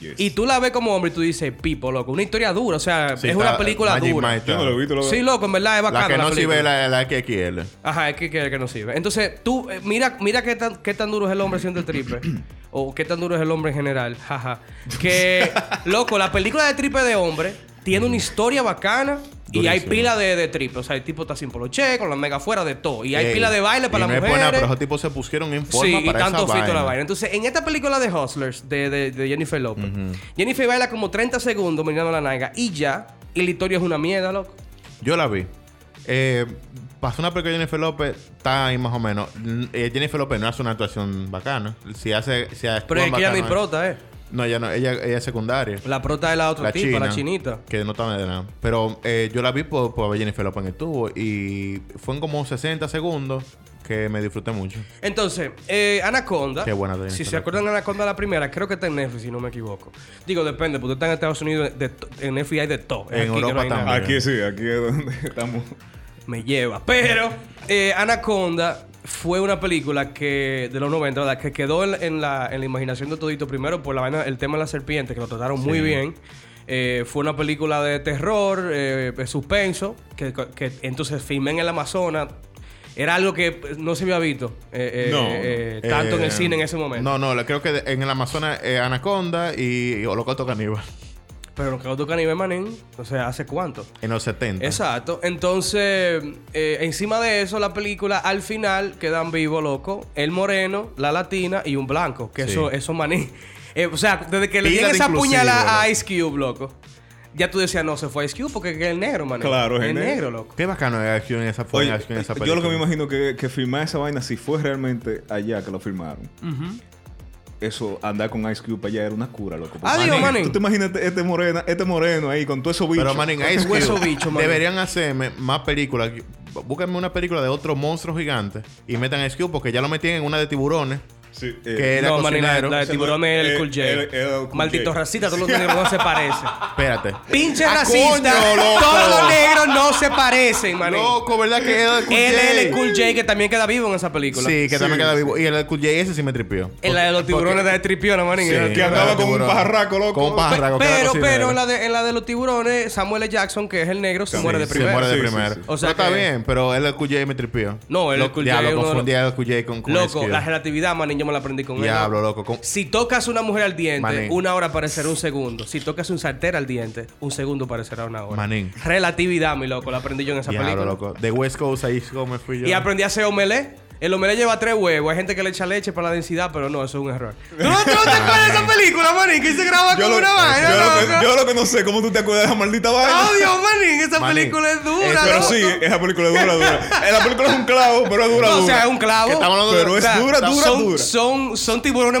[SPEAKER 4] Yes.
[SPEAKER 3] Y tú la ves como hombre y tú dices, pipo, loco. Una historia dura, o sea,
[SPEAKER 2] Sí,
[SPEAKER 3] es
[SPEAKER 2] está-
[SPEAKER 3] una película
[SPEAKER 2] Magic
[SPEAKER 3] dura.
[SPEAKER 2] Mike
[SPEAKER 4] Yo no lo he visto, lo
[SPEAKER 3] Sí, loco, en verdad es bacana.
[SPEAKER 2] La que no
[SPEAKER 3] película.
[SPEAKER 2] sirve es la, la XXL.
[SPEAKER 3] Ajá, es que, que, que no sirve. Entonces, tú, eh, mira, mira qué tan, qué tan duro es el hombre siendo el triple. o qué tan duro es el hombre en general. Jaja. Que, loco, la película de triple de hombre tiene una historia bacana. Y hay
[SPEAKER 2] Durísimo.
[SPEAKER 3] pila de, de triple. O sea, el tipo está sin poloche, con la mega fuera de todo. Y hay
[SPEAKER 2] Ey,
[SPEAKER 3] pila de baile
[SPEAKER 2] y
[SPEAKER 3] para
[SPEAKER 2] no es
[SPEAKER 3] las
[SPEAKER 2] por nada, pero
[SPEAKER 3] mujeres.
[SPEAKER 2] esos tipos se pusieron en forma
[SPEAKER 3] Sí, y
[SPEAKER 2] para
[SPEAKER 3] tanto
[SPEAKER 2] esa
[SPEAKER 3] fito
[SPEAKER 2] vaina.
[SPEAKER 3] la vaina. Entonces, en esta película de Hustlers de, de- de Jennifer Lopez, Jennifer baila como 30 segundos mirando la nalga y ya. Y la historia es una mierda, loco.
[SPEAKER 2] Yo la vi. Eh, pasó una película de Jennifer López, está ahí más o menos. N- eh, Jennifer López no hace una actuación bacana. Si hace. Si actúa
[SPEAKER 3] Pero es que ella
[SPEAKER 2] bacano,
[SPEAKER 3] no es
[SPEAKER 2] eh.
[SPEAKER 3] prota, ¿eh?
[SPEAKER 2] No, ella no, ella, ella es secundaria.
[SPEAKER 3] La prota es la otra
[SPEAKER 2] La
[SPEAKER 3] tipa,
[SPEAKER 2] china.
[SPEAKER 3] la chinita.
[SPEAKER 2] Que no estaba de nada. Pero eh, yo la vi por, por ver Jennifer López en el tubo. Y fue en como 60 segundos que me disfruté mucho.
[SPEAKER 3] Entonces, eh, Anaconda.
[SPEAKER 2] Qué buena tenista,
[SPEAKER 3] Si se
[SPEAKER 2] loco.
[SPEAKER 3] acuerdan de Anaconda la primera, creo que está en Netflix, si no me equivoco. Digo, depende, porque usted está en Estados Unidos, de to- en Netflix hay de todo. Es
[SPEAKER 2] En
[SPEAKER 3] aquí que
[SPEAKER 2] Europa
[SPEAKER 3] no hay nada.
[SPEAKER 2] también.
[SPEAKER 4] Aquí sí, aquí es donde estamos.
[SPEAKER 3] Me lleva. Pero, eh, Anaconda fue una película que de los 90, ¿verdad? Que quedó en, en la, en la imaginación de todito. Primero, por la vaina, el tema de la serpiente, que lo trataron muy bien. Eh, fue una película de terror, eh, de suspenso, que, que entonces filmen en el Amazonas. Era algo que pues, no se había visto eh, eh,
[SPEAKER 4] No.
[SPEAKER 3] eh, tanto en el cine en ese momento.
[SPEAKER 2] No, no, la- creo que de- en el Amazonas eh, Anaconda y, y Holocasto Caníbal.
[SPEAKER 3] Pero lo que toca a nivel manín, o sea, ¿hace cuánto?
[SPEAKER 2] En los 70.
[SPEAKER 3] Exacto. Entonces, eh, encima de eso, la película al final quedan vivos, loco, el moreno, la latina y un blanco. Que
[SPEAKER 2] Sí.
[SPEAKER 3] eso, eso maní. Eh, o sea, desde que
[SPEAKER 2] Pila
[SPEAKER 3] le dieron
[SPEAKER 2] de
[SPEAKER 3] esa
[SPEAKER 2] inclusivo,
[SPEAKER 3] puñalada a
[SPEAKER 2] loco.
[SPEAKER 3] Ice Cube, loco, ya tú decías, no, se fue Ice Cube porque es el negro, maní.
[SPEAKER 4] Claro, es
[SPEAKER 3] el
[SPEAKER 4] el
[SPEAKER 3] negro.
[SPEAKER 4] negro.
[SPEAKER 3] loco.
[SPEAKER 2] Qué bacano es acción en esa, fue
[SPEAKER 4] Oye, eh,
[SPEAKER 2] acción en esa
[SPEAKER 4] yo lo que me
[SPEAKER 2] película.
[SPEAKER 4] imagino que, que firmar esa vaina, si fue realmente allá que lo firmaron, eso, andar con Ice Cube allá era una cura, loco.
[SPEAKER 3] Ah, digo, manín.
[SPEAKER 4] Tú te imaginas este- este, morena, este moreno ahí con todo eso bicho.
[SPEAKER 2] Pero, manín, Ice Cube,
[SPEAKER 3] Hueso bicho, manín.
[SPEAKER 2] deberían hacerme más películas. Búsquenme una película de otro monstruo gigante y metan Ice Cube porque ya lo metían en una de tiburones.
[SPEAKER 4] Sí, eh,
[SPEAKER 2] Que era
[SPEAKER 3] no, maní, la,
[SPEAKER 2] cocinero.
[SPEAKER 3] la de
[SPEAKER 4] Ese
[SPEAKER 3] tiburón
[SPEAKER 4] man-
[SPEAKER 3] es
[SPEAKER 4] eh,
[SPEAKER 3] el Cool J.
[SPEAKER 4] era- era el Cool
[SPEAKER 3] Maldito
[SPEAKER 4] J.
[SPEAKER 3] racista, todos los negros no se parecen.
[SPEAKER 2] Espérate.
[SPEAKER 3] Pinche
[SPEAKER 2] Ah,
[SPEAKER 3] racista.
[SPEAKER 2] coño, loco.
[SPEAKER 3] todos los negros no se parecen, maní.
[SPEAKER 2] Loco, ¿verdad que era el Cool
[SPEAKER 3] LL
[SPEAKER 2] J?
[SPEAKER 3] Cool J, que también queda vivo en esa película.
[SPEAKER 2] Sí, que también
[SPEAKER 4] Sí,
[SPEAKER 2] queda
[SPEAKER 4] sí.
[SPEAKER 2] vivo. Y el Cool J ese sí me tripió.
[SPEAKER 3] En la de los tiburones de Tripiona, manín.
[SPEAKER 2] Sí,
[SPEAKER 3] Era-
[SPEAKER 4] que andaba con un
[SPEAKER 2] tiburón.
[SPEAKER 4] pajarraco, loco.
[SPEAKER 2] Con un pajarraco. que era
[SPEAKER 3] Pero,
[SPEAKER 2] cocinero.
[SPEAKER 3] pero en la, de, en la de los tiburones, Samuel L. Jackson, que es el negro, se
[SPEAKER 4] Sí,
[SPEAKER 3] muere de
[SPEAKER 4] se
[SPEAKER 2] Se
[SPEAKER 3] primero.
[SPEAKER 2] muere de
[SPEAKER 4] Sí, sí,
[SPEAKER 2] primero.
[SPEAKER 4] sí.
[SPEAKER 3] O
[SPEAKER 2] O sea,
[SPEAKER 3] sea
[SPEAKER 2] está
[SPEAKER 3] que-
[SPEAKER 2] bien, pero el Cool J me tripió.
[SPEAKER 3] No, el
[SPEAKER 2] Lo-
[SPEAKER 3] Cool J es
[SPEAKER 2] Diablo,
[SPEAKER 3] uno de
[SPEAKER 2] confundí
[SPEAKER 3] los-
[SPEAKER 2] el Cool J con con
[SPEAKER 3] Loco,
[SPEAKER 2] Ice
[SPEAKER 3] la
[SPEAKER 2] Cube.
[SPEAKER 3] relatividad, manín, yo me la aprendí con él.
[SPEAKER 2] Diablo, loco. con-
[SPEAKER 3] Si tocas una mujer al diente,
[SPEAKER 2] Manín.
[SPEAKER 3] una hora parecerá un segundo. Si tocas un sartén al diente, un segundo parecerá una hora.
[SPEAKER 2] Manín.
[SPEAKER 3] Relatividad, mi loco, la aprendí yo en esa
[SPEAKER 2] Diablo,
[SPEAKER 3] película.
[SPEAKER 2] loco. De West Coast a East Coast me fui yo.
[SPEAKER 3] Y aprendí a hacer omelé. El omelé lleva tres huevos. Hay gente que le echa leche para la densidad, pero no, eso es un error. ¿Tú no, tú no te acuerdas de esa película, manín? Que se graba
[SPEAKER 4] Yo
[SPEAKER 3] con
[SPEAKER 4] lo,
[SPEAKER 3] una vaina,
[SPEAKER 4] yo, lo que,
[SPEAKER 3] loco.
[SPEAKER 4] yo lo que no ¡Ah, sé, ¿cómo tú te acuerdas de esa maldita vaina?
[SPEAKER 3] ¡Oh, Dios, manín! Esa
[SPEAKER 2] Manín,
[SPEAKER 3] película es dura,
[SPEAKER 2] eso-
[SPEAKER 4] Pero
[SPEAKER 3] loco.
[SPEAKER 4] sí, esa película es dura, dura. Eh, La película es un clavo, pero es dura,
[SPEAKER 3] No,
[SPEAKER 4] dura.
[SPEAKER 3] o sea, es un clavo.
[SPEAKER 2] Que estamos hablando de-
[SPEAKER 4] Pero es
[SPEAKER 3] O sea,
[SPEAKER 4] dura, dura,
[SPEAKER 3] son,
[SPEAKER 4] dura.
[SPEAKER 3] Son, son tiburones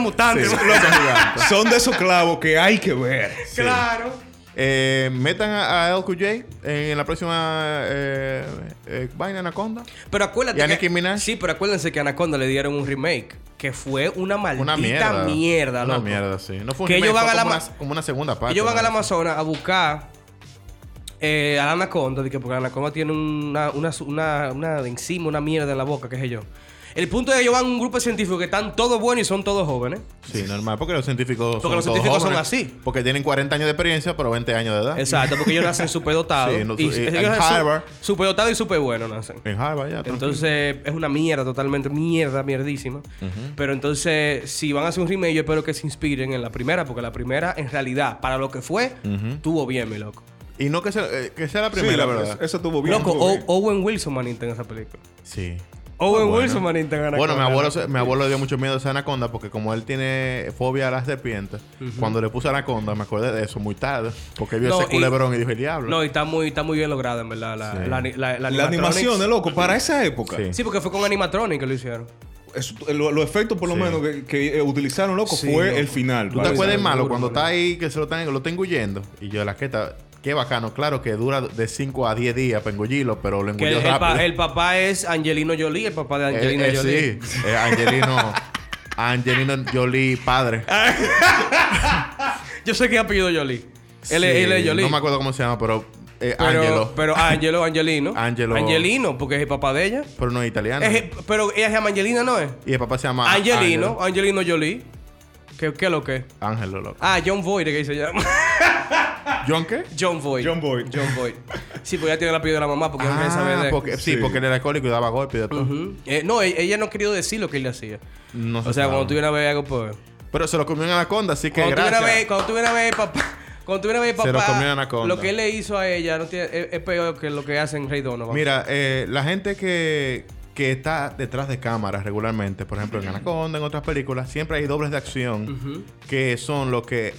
[SPEAKER 3] mutantes.
[SPEAKER 2] Sí.
[SPEAKER 3] loco.
[SPEAKER 4] Son de esos clavos que hay que ver.
[SPEAKER 3] Claro.
[SPEAKER 2] Eh, metan a, a LQJ en, la próxima eh, eh, vaina Anaconda.
[SPEAKER 3] Pero acuérdate.
[SPEAKER 2] ¿Y
[SPEAKER 3] que-
[SPEAKER 2] Nicki Minaj?
[SPEAKER 3] Sí, pero acuérdense que a Anaconda le dieron un remake. Que fue una maldita
[SPEAKER 2] Una mierda.
[SPEAKER 3] mierda,
[SPEAKER 2] Una
[SPEAKER 3] loco.
[SPEAKER 2] mierda, sí. No fue un
[SPEAKER 3] Que ellos
[SPEAKER 2] remake,
[SPEAKER 3] van
[SPEAKER 2] fue
[SPEAKER 3] a la
[SPEAKER 2] como,
[SPEAKER 3] ma-
[SPEAKER 2] una, como una segunda parte.
[SPEAKER 3] Ellos van
[SPEAKER 2] ¿no?
[SPEAKER 3] al Amazonas a buscar eh, a la anaconda, de que porque la anaconda tiene una, una, su- una, una enzima, una mierda en la boca, qué sé yo. El punto es que ellos van a un grupo de científicos que están todos buenos y son todos jóvenes.
[SPEAKER 2] Sí, normal. Porque los científicos son todos
[SPEAKER 3] los científicos son
[SPEAKER 2] jóvenes,
[SPEAKER 3] así.
[SPEAKER 2] Porque tienen 40 años de experiencia, pero 20 años de edad.
[SPEAKER 3] Exacto, porque ellos nacen superdotados.
[SPEAKER 2] Ah. Sí, no,
[SPEAKER 3] y,
[SPEAKER 2] y- en
[SPEAKER 3] ellos nacen
[SPEAKER 2] Harvard. Ah,
[SPEAKER 3] su- superdotados y superbuenos nacen.
[SPEAKER 2] En Harvard ya. tranquilo.
[SPEAKER 3] Entonces, es una mierda, totalmente mierda, mierdísima. Pero entonces, si van a hacer un remake, yo espero que se inspiren en la primera, porque la primera, en realidad, para lo que fue, tuvo bien, mi loco.
[SPEAKER 2] Y no que sea, eh, que sea la primera,
[SPEAKER 4] la
[SPEAKER 2] ¿verdad?
[SPEAKER 4] Eso estuvo bien.
[SPEAKER 3] loco,
[SPEAKER 4] estuvo
[SPEAKER 3] O-
[SPEAKER 4] bien.
[SPEAKER 3] Owen Wilson manita en esa película.
[SPEAKER 2] Sí.
[SPEAKER 3] Owen
[SPEAKER 2] Ah, bueno.
[SPEAKER 3] Wilson manita en
[SPEAKER 2] Bueno, mi
[SPEAKER 3] Anaconda.
[SPEAKER 2] abuelo, se- mi abuelo le dio mucho miedo a esa anaconda porque como él tiene fobia a las serpientes, cuando le puso anaconda me acordé de eso muy tarde. Porque vio
[SPEAKER 3] No,
[SPEAKER 2] ese
[SPEAKER 3] y-
[SPEAKER 2] culebrón y, dijo, el diablo.
[SPEAKER 3] No, y está muy, está muy bien lograda, en verdad, la,
[SPEAKER 2] Sí.
[SPEAKER 3] la, ani- la- la
[SPEAKER 4] La animación,
[SPEAKER 3] animatronics.
[SPEAKER 4] eh, loco, para esa época.
[SPEAKER 2] Sí.
[SPEAKER 3] Sí, porque fue con animatronic que lo hicieron.
[SPEAKER 4] Eso- eh, lo- los efectos, por lo
[SPEAKER 2] Sí.
[SPEAKER 4] menos, que, que, eh, utilizaron, loco,
[SPEAKER 3] Sí,
[SPEAKER 4] fue
[SPEAKER 3] loco.
[SPEAKER 4] el final.
[SPEAKER 2] ¿Tú te
[SPEAKER 4] para
[SPEAKER 2] acuerdas
[SPEAKER 4] esa-
[SPEAKER 2] del malo
[SPEAKER 3] seguro,
[SPEAKER 2] cuando
[SPEAKER 3] boludo.
[SPEAKER 2] está ahí que se lo, están, lo tengo huyendo? Y yo, la queta, qué bacano. Claro que dura de 5 a 10 días para engullirlo, pero lo
[SPEAKER 3] Que el,
[SPEAKER 2] engulló
[SPEAKER 3] el pa-
[SPEAKER 2] rápido.
[SPEAKER 3] el papá es Angelino Jolie, el papá de
[SPEAKER 2] Eh,
[SPEAKER 3] Angelina
[SPEAKER 2] eh,
[SPEAKER 3] Jolie.
[SPEAKER 2] sí, Eh, Angelino, Angelino Jolie padre.
[SPEAKER 3] Ah, Yo sé que es apellido Jolie. Él, es-
[SPEAKER 2] Sí,
[SPEAKER 3] él es Jolie.
[SPEAKER 2] No me acuerdo cómo se llama, pero eh,
[SPEAKER 3] pero,
[SPEAKER 2] Angelo.
[SPEAKER 3] Pero ah, Angelo, Angelino.
[SPEAKER 2] Angelo.
[SPEAKER 3] Angelino, porque es el papá de ella.
[SPEAKER 2] Pero no es italiano.
[SPEAKER 3] Es- pero ella se llama Angelina, ¿no es?
[SPEAKER 2] y el papá se llama
[SPEAKER 3] Angelino, Angelino Jolie. ¿Qué, qué es lo que es?
[SPEAKER 2] Ángelo, loco.
[SPEAKER 3] Ah, John Voight, que se llama.
[SPEAKER 2] ¿John qué?
[SPEAKER 3] John Voight.
[SPEAKER 4] John Boyd.
[SPEAKER 3] John Voight. Sí, pues ya tiene el apellido de la mamá porque ella sabe
[SPEAKER 2] Ah,
[SPEAKER 3] de...
[SPEAKER 2] porque, sí,
[SPEAKER 4] Sí.
[SPEAKER 2] porque él era alcohólico y daba golpes y de todo.
[SPEAKER 3] Ujú. Eh, no, e- ella no ha querido decir lo que él le hacía.
[SPEAKER 2] No se
[SPEAKER 3] O sea,
[SPEAKER 2] sabe.
[SPEAKER 3] cuando tú vienes a ver algo, pues.
[SPEAKER 2] Pero se lo comió en anaconda, así que
[SPEAKER 3] Cuando tú vienes
[SPEAKER 2] gracias.
[SPEAKER 3] a ver, cuando tú vienes a ver, papá. Cuando tú vienes a ver,
[SPEAKER 2] Se lo
[SPEAKER 3] papá,
[SPEAKER 2] comió en Anaconda.
[SPEAKER 3] lo que él le hizo a ella no tiene, es, es peor que lo que hacen Rey Donovan.
[SPEAKER 2] Mira, eh, la gente que, que está detrás de cámaras regularmente, por ejemplo, en Anaconda, en otras películas, siempre hay dobles de acción que son los que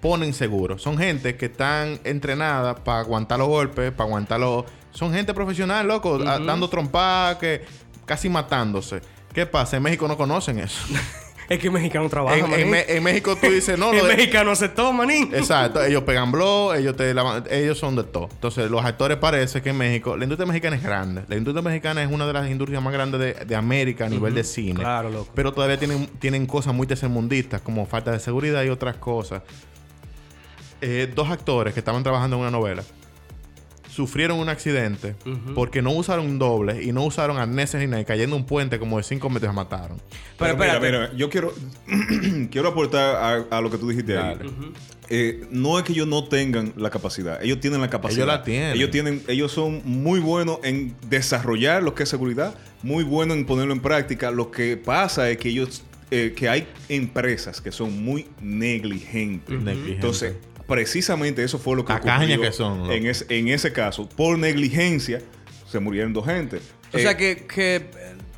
[SPEAKER 2] ponen seguro. Son gente que están entrenadas para aguantar los golpes, para aguantar los... Son gente profesional, loco, a- dando trompadas, que casi matándose. ¿Qué pasa? En México no conocen eso.
[SPEAKER 3] Es que el mexicano trabaja,
[SPEAKER 2] en, en
[SPEAKER 3] manín.
[SPEAKER 2] Me- en México tú dices, no,
[SPEAKER 3] El
[SPEAKER 2] lo de- Eh,
[SPEAKER 3] mexicano se toma, manín.
[SPEAKER 2] Exacto, ellos pegan blow, ellos te lavan- ellos son de todo. Entonces, los actores parece que en México, la industria mexicana es grande. La industria mexicana es una de las industrias más grandes de, de América a nivel de cine.
[SPEAKER 3] Claro, loco.
[SPEAKER 2] Pero todavía tienen, tienen cosas muy tercermundistas, como falta de seguridad y otras cosas. Eh, dos actores que estaban trabajando en una novela sufrieron un accidente porque no usaron doble y no usaron arneses ni nada. Y cayendo un puente como de 5 metros se mataron.
[SPEAKER 3] Pero,
[SPEAKER 4] mira,
[SPEAKER 3] espérate.
[SPEAKER 4] mira, yo quiero, quiero aportar a, a lo que tú dijiste ahí. Eh, no es que ellos no tengan la capacidad, ellos tienen la capacidad.
[SPEAKER 2] Ellos la tienen.
[SPEAKER 4] Ellos, tienen, ellos son muy buenos en desarrollar lo que es seguridad, muy buenos en ponerlo en práctica. Lo que pasa es que ellos, eh, que hay empresas que son muy negligentes.
[SPEAKER 2] Negligente.
[SPEAKER 4] Entonces, precisamente eso fue lo que
[SPEAKER 2] Tacañas
[SPEAKER 4] ocurrió
[SPEAKER 2] que son, loco.
[SPEAKER 4] en, es- en ese caso. Por negligencia, se murieron dos gente.
[SPEAKER 3] O
[SPEAKER 4] Eh,
[SPEAKER 3] sea que,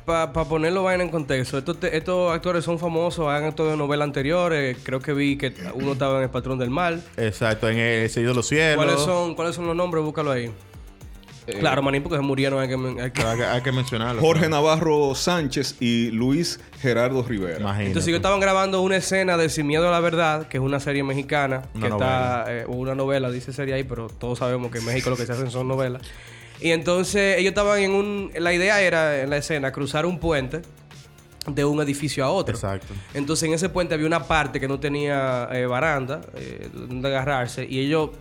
[SPEAKER 3] para ponerlo vaina en contexto, estos, te- estos actores son famosos, han actuado en novelas anteriores, creo que vi que uno estaba en El Patrón del Mal.
[SPEAKER 2] Exacto, en el sello de los cielos.
[SPEAKER 3] ¿Cuáles son, ¿Cuáles son los nombres? Búscalo ahí. claro, manín, porque se murieron. Hay que, hay que-
[SPEAKER 2] Hay que, hay que mencionarlo.
[SPEAKER 4] Jorge Navarro Sánchez y Luis Gerardo Rivera.
[SPEAKER 2] Imagínate.
[SPEAKER 3] Entonces yo estaban grabando una escena de Sin Miedo a la Verdad, que es una serie mexicana,
[SPEAKER 2] Una
[SPEAKER 3] que está, eh, o una novela, dice serie ahí, pero todos sabemos que en México lo que se hacen son novelas. Y entonces ellos estaban en un, la idea era en la escena cruzar un puente de un edificio a otro.
[SPEAKER 2] Exacto.
[SPEAKER 3] Entonces en ese puente había una parte que no tenía eh, baranda eh, donde agarrarse y ellos,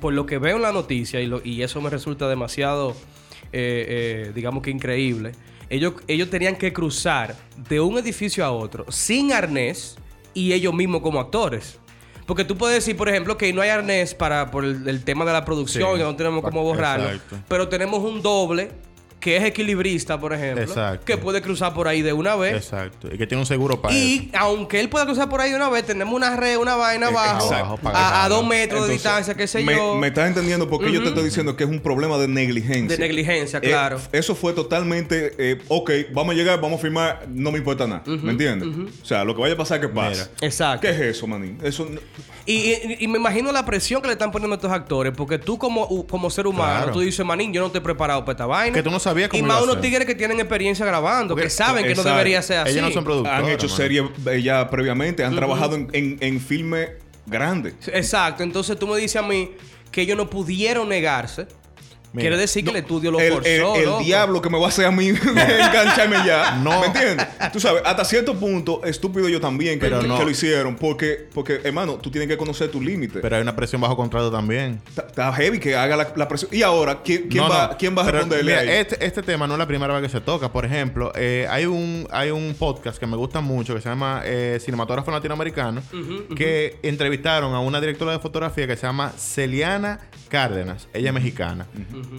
[SPEAKER 3] por lo que veo en la noticia y, lo- y eso me resulta demasiado, eh, eh, digamos que increíble, ellos, ellos tenían que cruzar de un edificio a otro sin arnés y ellos mismos como actores. Porque tú puedes decir, por ejemplo, que no hay arnés para por el, el tema de la producción,
[SPEAKER 2] Sí.
[SPEAKER 3] que no tenemos cómo
[SPEAKER 2] Pa-
[SPEAKER 3] borrarlo,
[SPEAKER 2] exacto.
[SPEAKER 3] pero tenemos un doble que es equilibrista, por ejemplo,
[SPEAKER 2] Exacto.
[SPEAKER 3] que puede cruzar por ahí de una vez.
[SPEAKER 2] Exacto. Y que tiene un seguro para eso.
[SPEAKER 3] ¿Eh? Y aunque él pueda cruzar por ahí de una vez, tenemos una red, una vaina abajo,
[SPEAKER 2] exacto, para
[SPEAKER 3] a, a
[SPEAKER 2] dejarlo.
[SPEAKER 3] dos metros de
[SPEAKER 4] Entonces,
[SPEAKER 3] distancia, qué sé
[SPEAKER 4] me,
[SPEAKER 3] yo,
[SPEAKER 4] Me estás entendiendo porque yo te estoy diciendo que es un problema de negligencia.
[SPEAKER 3] de negligencia,
[SPEAKER 4] Eh,
[SPEAKER 3] claro.
[SPEAKER 4] eso fue totalmente, eh, ok, vamos a llegar, vamos a firmar, no me importa nada. ¿Me entiendes? O sea, lo que vaya a pasar, que pasa.
[SPEAKER 3] Exacto.
[SPEAKER 4] ¿Qué es eso, manín? Eso no-
[SPEAKER 3] Y, y- y me imagino la presión que le están poniendo a estos actores, porque tú como, u- como ser humano,
[SPEAKER 2] Claro.
[SPEAKER 3] tú dices, manín, yo no estoy preparado para esta vaina.
[SPEAKER 2] Que tú no sabías cómo
[SPEAKER 3] Y
[SPEAKER 2] iba
[SPEAKER 3] más
[SPEAKER 2] a
[SPEAKER 3] unos
[SPEAKER 2] ser.
[SPEAKER 3] tigres que tienen experiencia grabando,
[SPEAKER 4] Porque-
[SPEAKER 3] que saben que no
[SPEAKER 4] exacto.
[SPEAKER 3] debería ser así.
[SPEAKER 2] Ellos no son productores.
[SPEAKER 4] han hecho
[SPEAKER 2] mano.
[SPEAKER 4] series eh, ya previamente, han trabajado en, en, en filmes grandes.
[SPEAKER 3] Exacto. Entonces tú me dices a mí que ellos no pudieron negarse.
[SPEAKER 2] Mira,
[SPEAKER 3] Quiere decir que el estudio lo
[SPEAKER 4] el,
[SPEAKER 3] forzó,
[SPEAKER 4] el- el
[SPEAKER 3] loco.
[SPEAKER 4] diablo que me va a hacer a mí engancharme ya.
[SPEAKER 2] No.
[SPEAKER 4] ¿Me entiendes? Tú sabes, hasta cierto punto, estúpido yo también que,
[SPEAKER 2] Pero
[SPEAKER 4] que-
[SPEAKER 2] no.
[SPEAKER 4] que lo hicieron. Porque, porque, hermano, tú tienes que conocer tu límite.
[SPEAKER 2] Pero hay una presión bajo contrato también.
[SPEAKER 4] Está- Está heavy que haga la, la presión. Y ahora, ¿quién, quién
[SPEAKER 2] No,
[SPEAKER 4] va,
[SPEAKER 2] no.
[SPEAKER 4] ¿quién va a
[SPEAKER 2] Pero,
[SPEAKER 4] responderle
[SPEAKER 2] mira,
[SPEAKER 4] a él?
[SPEAKER 2] Este, este tema no es la primera vez que se toca. Por ejemplo, eh, hay, un, hay un podcast que me gusta mucho que se llama eh, Cinematógrafo Latinoamericano que entrevistaron a una directora de fotografía que se llama Celiana Cárdenas. Ella es mexicana.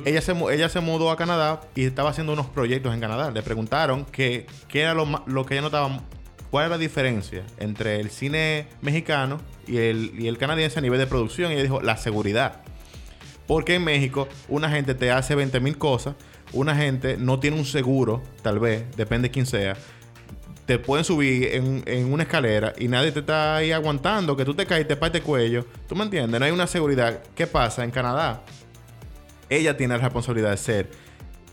[SPEAKER 2] ella, se, mu- ella se mudó a Canadá y estaba haciendo unos proyectos en Canadá. Le preguntaron que, qué era lo, ma- lo que ella notaba. ¿Cuál era la diferencia entre el cine mexicano y el, y el canadiense a nivel de producción? Y ella dijo, la seguridad. Porque en México una gente te hace 20 mil cosas, una gente no tiene un seguro, tal vez, depende de quién sea. Te pueden subir en, en una escalera y nadie te está ahí aguantando, que tú te caes y te parte el cuello. ¿Tú me entiendes? No hay una seguridad. ¿Qué pasa en Canadá? Ella tiene la responsabilidad de ser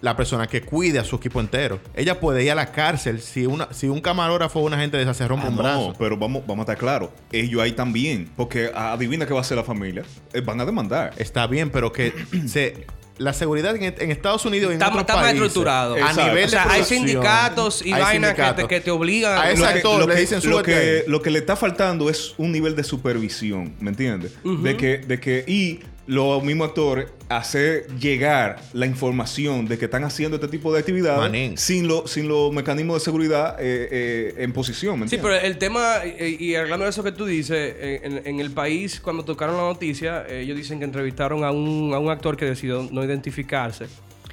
[SPEAKER 2] la persona que cuide a su equipo entero. Ella puede ir a la cárcel si, una, si un camarógrafo o una gente de esa se rompe
[SPEAKER 4] Ah,
[SPEAKER 2] un brazo.
[SPEAKER 4] no, pero vamos, vamos a estar claros. Ellos ahí también. Porque ah, adivina qué va a hacer la familia. Eh, van a demandar.
[SPEAKER 2] Está bien, pero que se, la seguridad en, en Estados Unidos y en
[SPEAKER 3] Está-
[SPEAKER 2] otros
[SPEAKER 3] está más
[SPEAKER 2] países,
[SPEAKER 3] estructurado.
[SPEAKER 2] A
[SPEAKER 4] Exacto.
[SPEAKER 2] nivel
[SPEAKER 3] O sea, hay
[SPEAKER 2] de producción,
[SPEAKER 3] sindicatos y
[SPEAKER 2] hay
[SPEAKER 3] vainas que te,
[SPEAKER 2] sindicatos.
[SPEAKER 3] que te obligan
[SPEAKER 2] A ese
[SPEAKER 4] Lo que-
[SPEAKER 2] actor
[SPEAKER 4] lo
[SPEAKER 2] le
[SPEAKER 4] que-
[SPEAKER 2] dicen
[SPEAKER 4] lo
[SPEAKER 2] "Súbete
[SPEAKER 4] que,
[SPEAKER 2] ahí".
[SPEAKER 4] lo que le está faltando es un nivel de supervisión, ¿me entiendes? De que, de que, y los mismos actores hacer llegar la información de que están haciendo este tipo de
[SPEAKER 2] Manín.
[SPEAKER 4] actividades sin, lo, sin los mecanismos de seguridad eh, eh, en posición, ¿me
[SPEAKER 3] Sí,
[SPEAKER 4] entiendes?
[SPEAKER 3] pero el tema, eh, y hablando de eso que tú dices, eh, en, en el país, cuando tocaron la noticia, eh, ellos dicen que entrevistaron a un, a un actor que decidió no identificarse,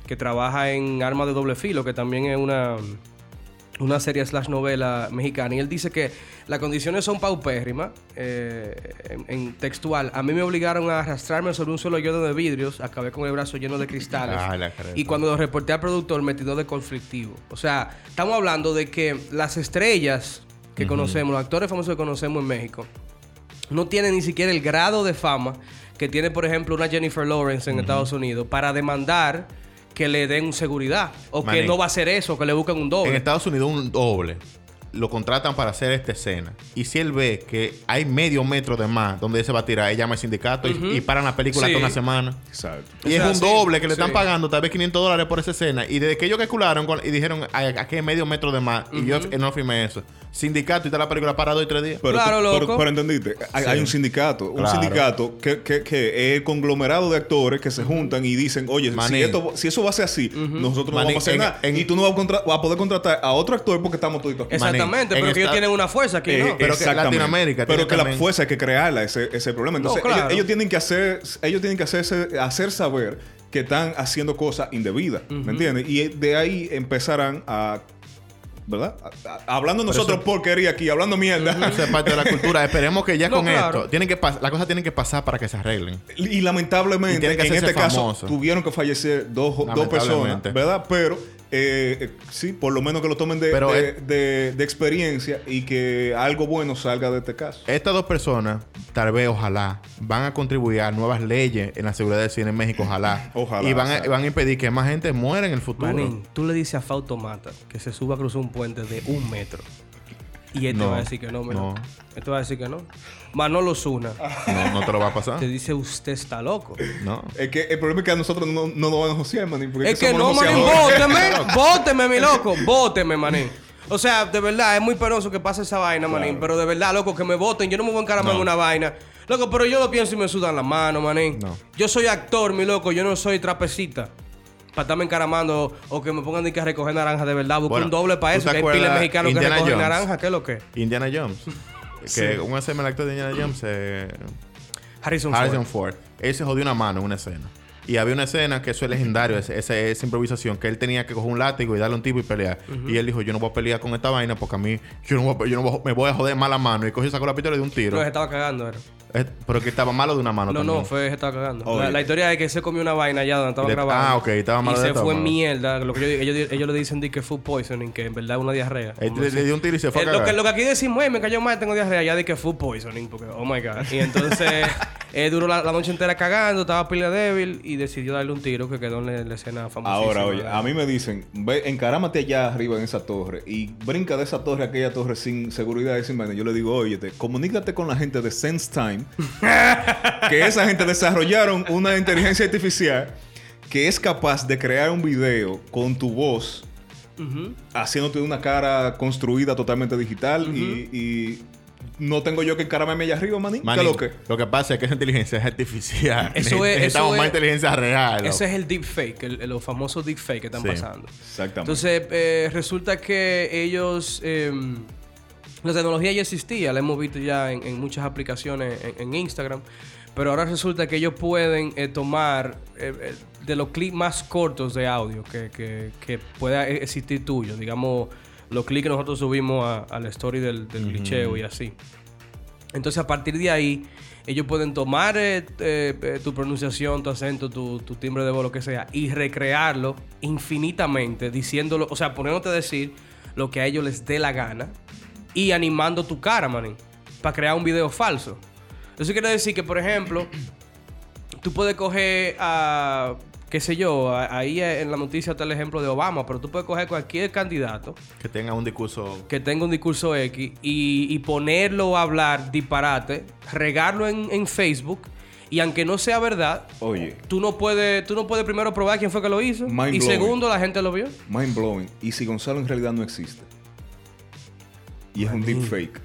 [SPEAKER 3] que trabaja en Armas de Doble Filo, que también es una, una serie slash novela mexicana. Y él dice que las condiciones son paupérrimas, eh, en, en textual. A mí me obligaron a arrastrarme sobre un solo yodo de vidrios, acabé con el brazo lleno de cristales.
[SPEAKER 2] Ah, la careta.
[SPEAKER 3] y cuando lo reporté al productor me tiró de conflictivo. O sea, estamos hablando de que las estrellas que conocemos, los actores famosos que conocemos en México, no tienen ni siquiera el grado de fama que tiene, por ejemplo, una Jennifer Lawrence en Estados Unidos para demandar que le den seguridad o que
[SPEAKER 2] Manín.
[SPEAKER 3] no va a hacer eso, que le busquen un doble.
[SPEAKER 2] En Estados Unidos un doble. lo contratan para hacer esta escena. Y si él ve que hay medio metro de más donde él se va a tirar, él llama al sindicato y- y, paran la película
[SPEAKER 3] Sí.
[SPEAKER 2] hasta una semana.
[SPEAKER 4] Exacto.
[SPEAKER 2] Y
[SPEAKER 3] O sea,
[SPEAKER 2] es un
[SPEAKER 3] sí,
[SPEAKER 2] doble que le
[SPEAKER 3] sí.
[SPEAKER 2] están pagando, tal vez 500 dólares por esa escena. Y desde que ellos calcularon cuan- y dijeron, "Ay, aquí hay medio metro de más. Y yo eh, no firmé eso. Sindicato y está la película parado y tres días.
[SPEAKER 4] Pero,
[SPEAKER 3] Claro,
[SPEAKER 4] tú-
[SPEAKER 3] loco.
[SPEAKER 4] Pero, pero entendiste, hay, hay un sindicato. Un
[SPEAKER 2] Claro.
[SPEAKER 4] sindicato que, que- que es el conglomerado de actores que se juntan y dicen, oye, si,
[SPEAKER 2] Manín.
[SPEAKER 4] esto- si eso va a ser así, nosotros no
[SPEAKER 2] Manín,
[SPEAKER 4] vamos a hacer
[SPEAKER 2] en-
[SPEAKER 4] nada.
[SPEAKER 2] en-
[SPEAKER 4] y tú no vas a, contra- vas a poder contratar a otro actor porque estamos todos aquí.
[SPEAKER 3] Exactamente,
[SPEAKER 2] en
[SPEAKER 3] pero que ellos
[SPEAKER 2] esta-
[SPEAKER 3] tienen una fuerza aquí,
[SPEAKER 4] Eh,
[SPEAKER 3] ¿no?
[SPEAKER 2] pero que
[SPEAKER 4] exactamente.
[SPEAKER 2] Latinoamérica
[SPEAKER 4] Pero
[SPEAKER 2] tiene
[SPEAKER 4] que la
[SPEAKER 2] también-
[SPEAKER 4] fuerza hay que crearla, ese, ese problema. Entonces,
[SPEAKER 3] claro.
[SPEAKER 4] ellos, ellos tienen que hacer, ellos tienen que hacerse, hacer saber que están haciendo cosas indebidas. ¿Me entiendes? Y de ahí empezarán a. ¿Verdad? A- a- hablando nosotros porquería aquí, hablando mierda.
[SPEAKER 2] Eso es parte de la cultura. Esperemos que ya
[SPEAKER 3] No,
[SPEAKER 2] con
[SPEAKER 3] claro.
[SPEAKER 2] esto, tienen que pas- las cosas tienen que pasar para que se arreglen.
[SPEAKER 4] Y
[SPEAKER 2] Y
[SPEAKER 4] lamentablemente,
[SPEAKER 2] tiene que
[SPEAKER 4] en
[SPEAKER 2] hacerse
[SPEAKER 4] este caso,
[SPEAKER 2] famoso.
[SPEAKER 4] tuvieron que fallecer dos, dos personas,
[SPEAKER 2] Lamentablemente.
[SPEAKER 4] ¿verdad? Pero eh, eh, sí, por lo menos que lo tomen de,
[SPEAKER 2] Pero
[SPEAKER 4] de, de- de experiencia y que algo bueno salga de este caso.
[SPEAKER 2] Estas dos personas, tal vez, ojalá, van a contribuir a nuevas leyes en la seguridad del cine en México, ojalá.
[SPEAKER 4] Ojalá,
[SPEAKER 2] Y van a,
[SPEAKER 4] exacto.
[SPEAKER 2] van a impedir que más gente muera en el futuro.
[SPEAKER 3] Manín, tú le dices a Fautomata que se suba a cruzar un puente de un metro. Y él te
[SPEAKER 2] No,
[SPEAKER 3] va a decir que no, mira.
[SPEAKER 2] no. Ah.
[SPEAKER 3] Él te va a decir que no. Manolo Zuna
[SPEAKER 2] No, no te lo va a pasar.
[SPEAKER 3] te dice, usted está loco.
[SPEAKER 2] No.
[SPEAKER 4] Es que el problema es que a nosotros no, no nos van a josear, manín. porque
[SPEAKER 3] Es que no,
[SPEAKER 4] somos
[SPEAKER 3] manín,
[SPEAKER 4] joseadores.
[SPEAKER 3] bóteme. bóteme, mi loco. Bóteme, manín. O sea, de verdad, es muy penoso que pase esa vaina, manín. Pero de verdad, loco, que me voten. Yo no me voy a encaramar en una vaina. Loco, pero yo lo pienso y me sudan las manos, manín.
[SPEAKER 2] No.
[SPEAKER 3] Yo soy actor, mi loco. Yo no soy trapecita. Para estarme encaramando o que me pongan de que a recoger naranja. De verdad, busco
[SPEAKER 2] Bueno,
[SPEAKER 3] un doble para
[SPEAKER 2] ¿tú
[SPEAKER 3] eso.
[SPEAKER 2] te
[SPEAKER 3] Que hay pile
[SPEAKER 2] acuerdas
[SPEAKER 3] mexicano que
[SPEAKER 2] Indiana
[SPEAKER 3] recoge
[SPEAKER 2] Jones?
[SPEAKER 3] naranja. ¿Qué es lo que? es?
[SPEAKER 2] Indiana Jones. que un SM actor de Indiana Jones, eh,
[SPEAKER 3] Harrison,
[SPEAKER 2] Harrison
[SPEAKER 3] Ford.
[SPEAKER 2] Ford, él se jodió una mano en una escena. Y había una escena que eso es legendario, ese- ese- esa improvisación, que él tenía que coger un látigo y darle a un tipo y pelear. Y él dijo, yo no voy a pelear con esta vaina porque a mí, yo no, voy, a- yo no voy a- me voy a joder mal la mano. Y cogió, y sacó la pistola y dio un tiro.
[SPEAKER 3] No, se estaba cagando, era.
[SPEAKER 2] Eh, Pero que estaba malo de una mano
[SPEAKER 3] No,
[SPEAKER 2] también. Oh,
[SPEAKER 3] no, fue, se estaba cagando.
[SPEAKER 4] Oye.
[SPEAKER 3] La, la historia es que se comió una vaina allá donde estaba
[SPEAKER 2] Le-
[SPEAKER 3] grabando.
[SPEAKER 2] ah, ok, estaba malo
[SPEAKER 3] Y
[SPEAKER 2] de
[SPEAKER 3] se
[SPEAKER 2] estómago.
[SPEAKER 3] fue mierda. Lo que yo, ellos, di- ellos le dicen di que food poisoning, que en verdad es una diarrea.
[SPEAKER 2] Él Este
[SPEAKER 3] Como
[SPEAKER 2] le,
[SPEAKER 3] así.
[SPEAKER 2] le dio un tiro y se fue
[SPEAKER 3] Eh,
[SPEAKER 2] a
[SPEAKER 3] lo,
[SPEAKER 2] cagar.
[SPEAKER 3] que, lo que aquí decimos es, me cayó mal, tengo diarrea, ya di que food poisoning, porque, oh my god. Y entonces, eh, duró la, la noche entera cagando, estaba pila débil y decidió darle un tiro que quedó en la, la escena famosa.
[SPEAKER 4] Ahora, oye, a mí me dicen, ve, encarámate allá arriba en esa torre y brinca de esa torre a aquella torre sin seguridad y sin vaina. Yo le digo, oye, te- comunícate con la gente de Sense Time, que esa gente desarrollaron una inteligencia artificial que es capaz de crear un video con tu voz, haciéndote una cara construida totalmente digital y, y no tengo yo que encararme allá arriba, manín. ¿Qué
[SPEAKER 2] Manín,
[SPEAKER 4] lo que?
[SPEAKER 2] lo que pasa es que esa inteligencia es artificial.
[SPEAKER 3] Eso es-
[SPEAKER 2] Necesitamos
[SPEAKER 3] eso
[SPEAKER 2] más
[SPEAKER 3] es-
[SPEAKER 2] inteligencia real. loco.
[SPEAKER 3] Ese es el deepfake, el, el- los famosos deepfake que están
[SPEAKER 2] Sí.
[SPEAKER 3] pasando.
[SPEAKER 4] Exactamente.
[SPEAKER 3] Entonces, eh, resulta que ellos. eh, la tecnología ya existía, la hemos visto ya en, en muchas aplicaciones en, en Instagram. Pero ahora resulta que ellos pueden eh, tomar eh, eh, de los clips más cortos de audio que, que- que pueda e- existir tuyo. Digamos, los clips que nosotros subimos a, a la story del, del glitcheo y así. Entonces, a partir de ahí, ellos pueden tomar eh, eh, eh, tu pronunciación, tu acento, tu, tu timbre de voz, lo que sea, y recrearlo infinitamente, diciéndolo, o sea, poniéndote a decir lo que a ellos les dé la gana y animando tu cara, manín, para crear un video falso. Eso quiere decir que, por ejemplo, tú puedes coger a, qué sé yo, a- ahí en la noticia está el ejemplo de Obama, pero tú puedes coger cualquier candidato
[SPEAKER 2] Que tenga un discurso
[SPEAKER 3] que tenga un discurso X y, y ponerlo a hablar disparate, regarlo en, en Facebook y aunque no sea verdad,
[SPEAKER 4] Oye.
[SPEAKER 3] tú no puedes, tú no puedes primero probar quién fue que lo hizo
[SPEAKER 4] Mind
[SPEAKER 3] y
[SPEAKER 4] blowing.
[SPEAKER 3] segundo la gente lo vio.
[SPEAKER 4] Mind blowing. Y si Gonzalo en realidad no existe. Y es un
[SPEAKER 3] Manín.
[SPEAKER 4] deepfake.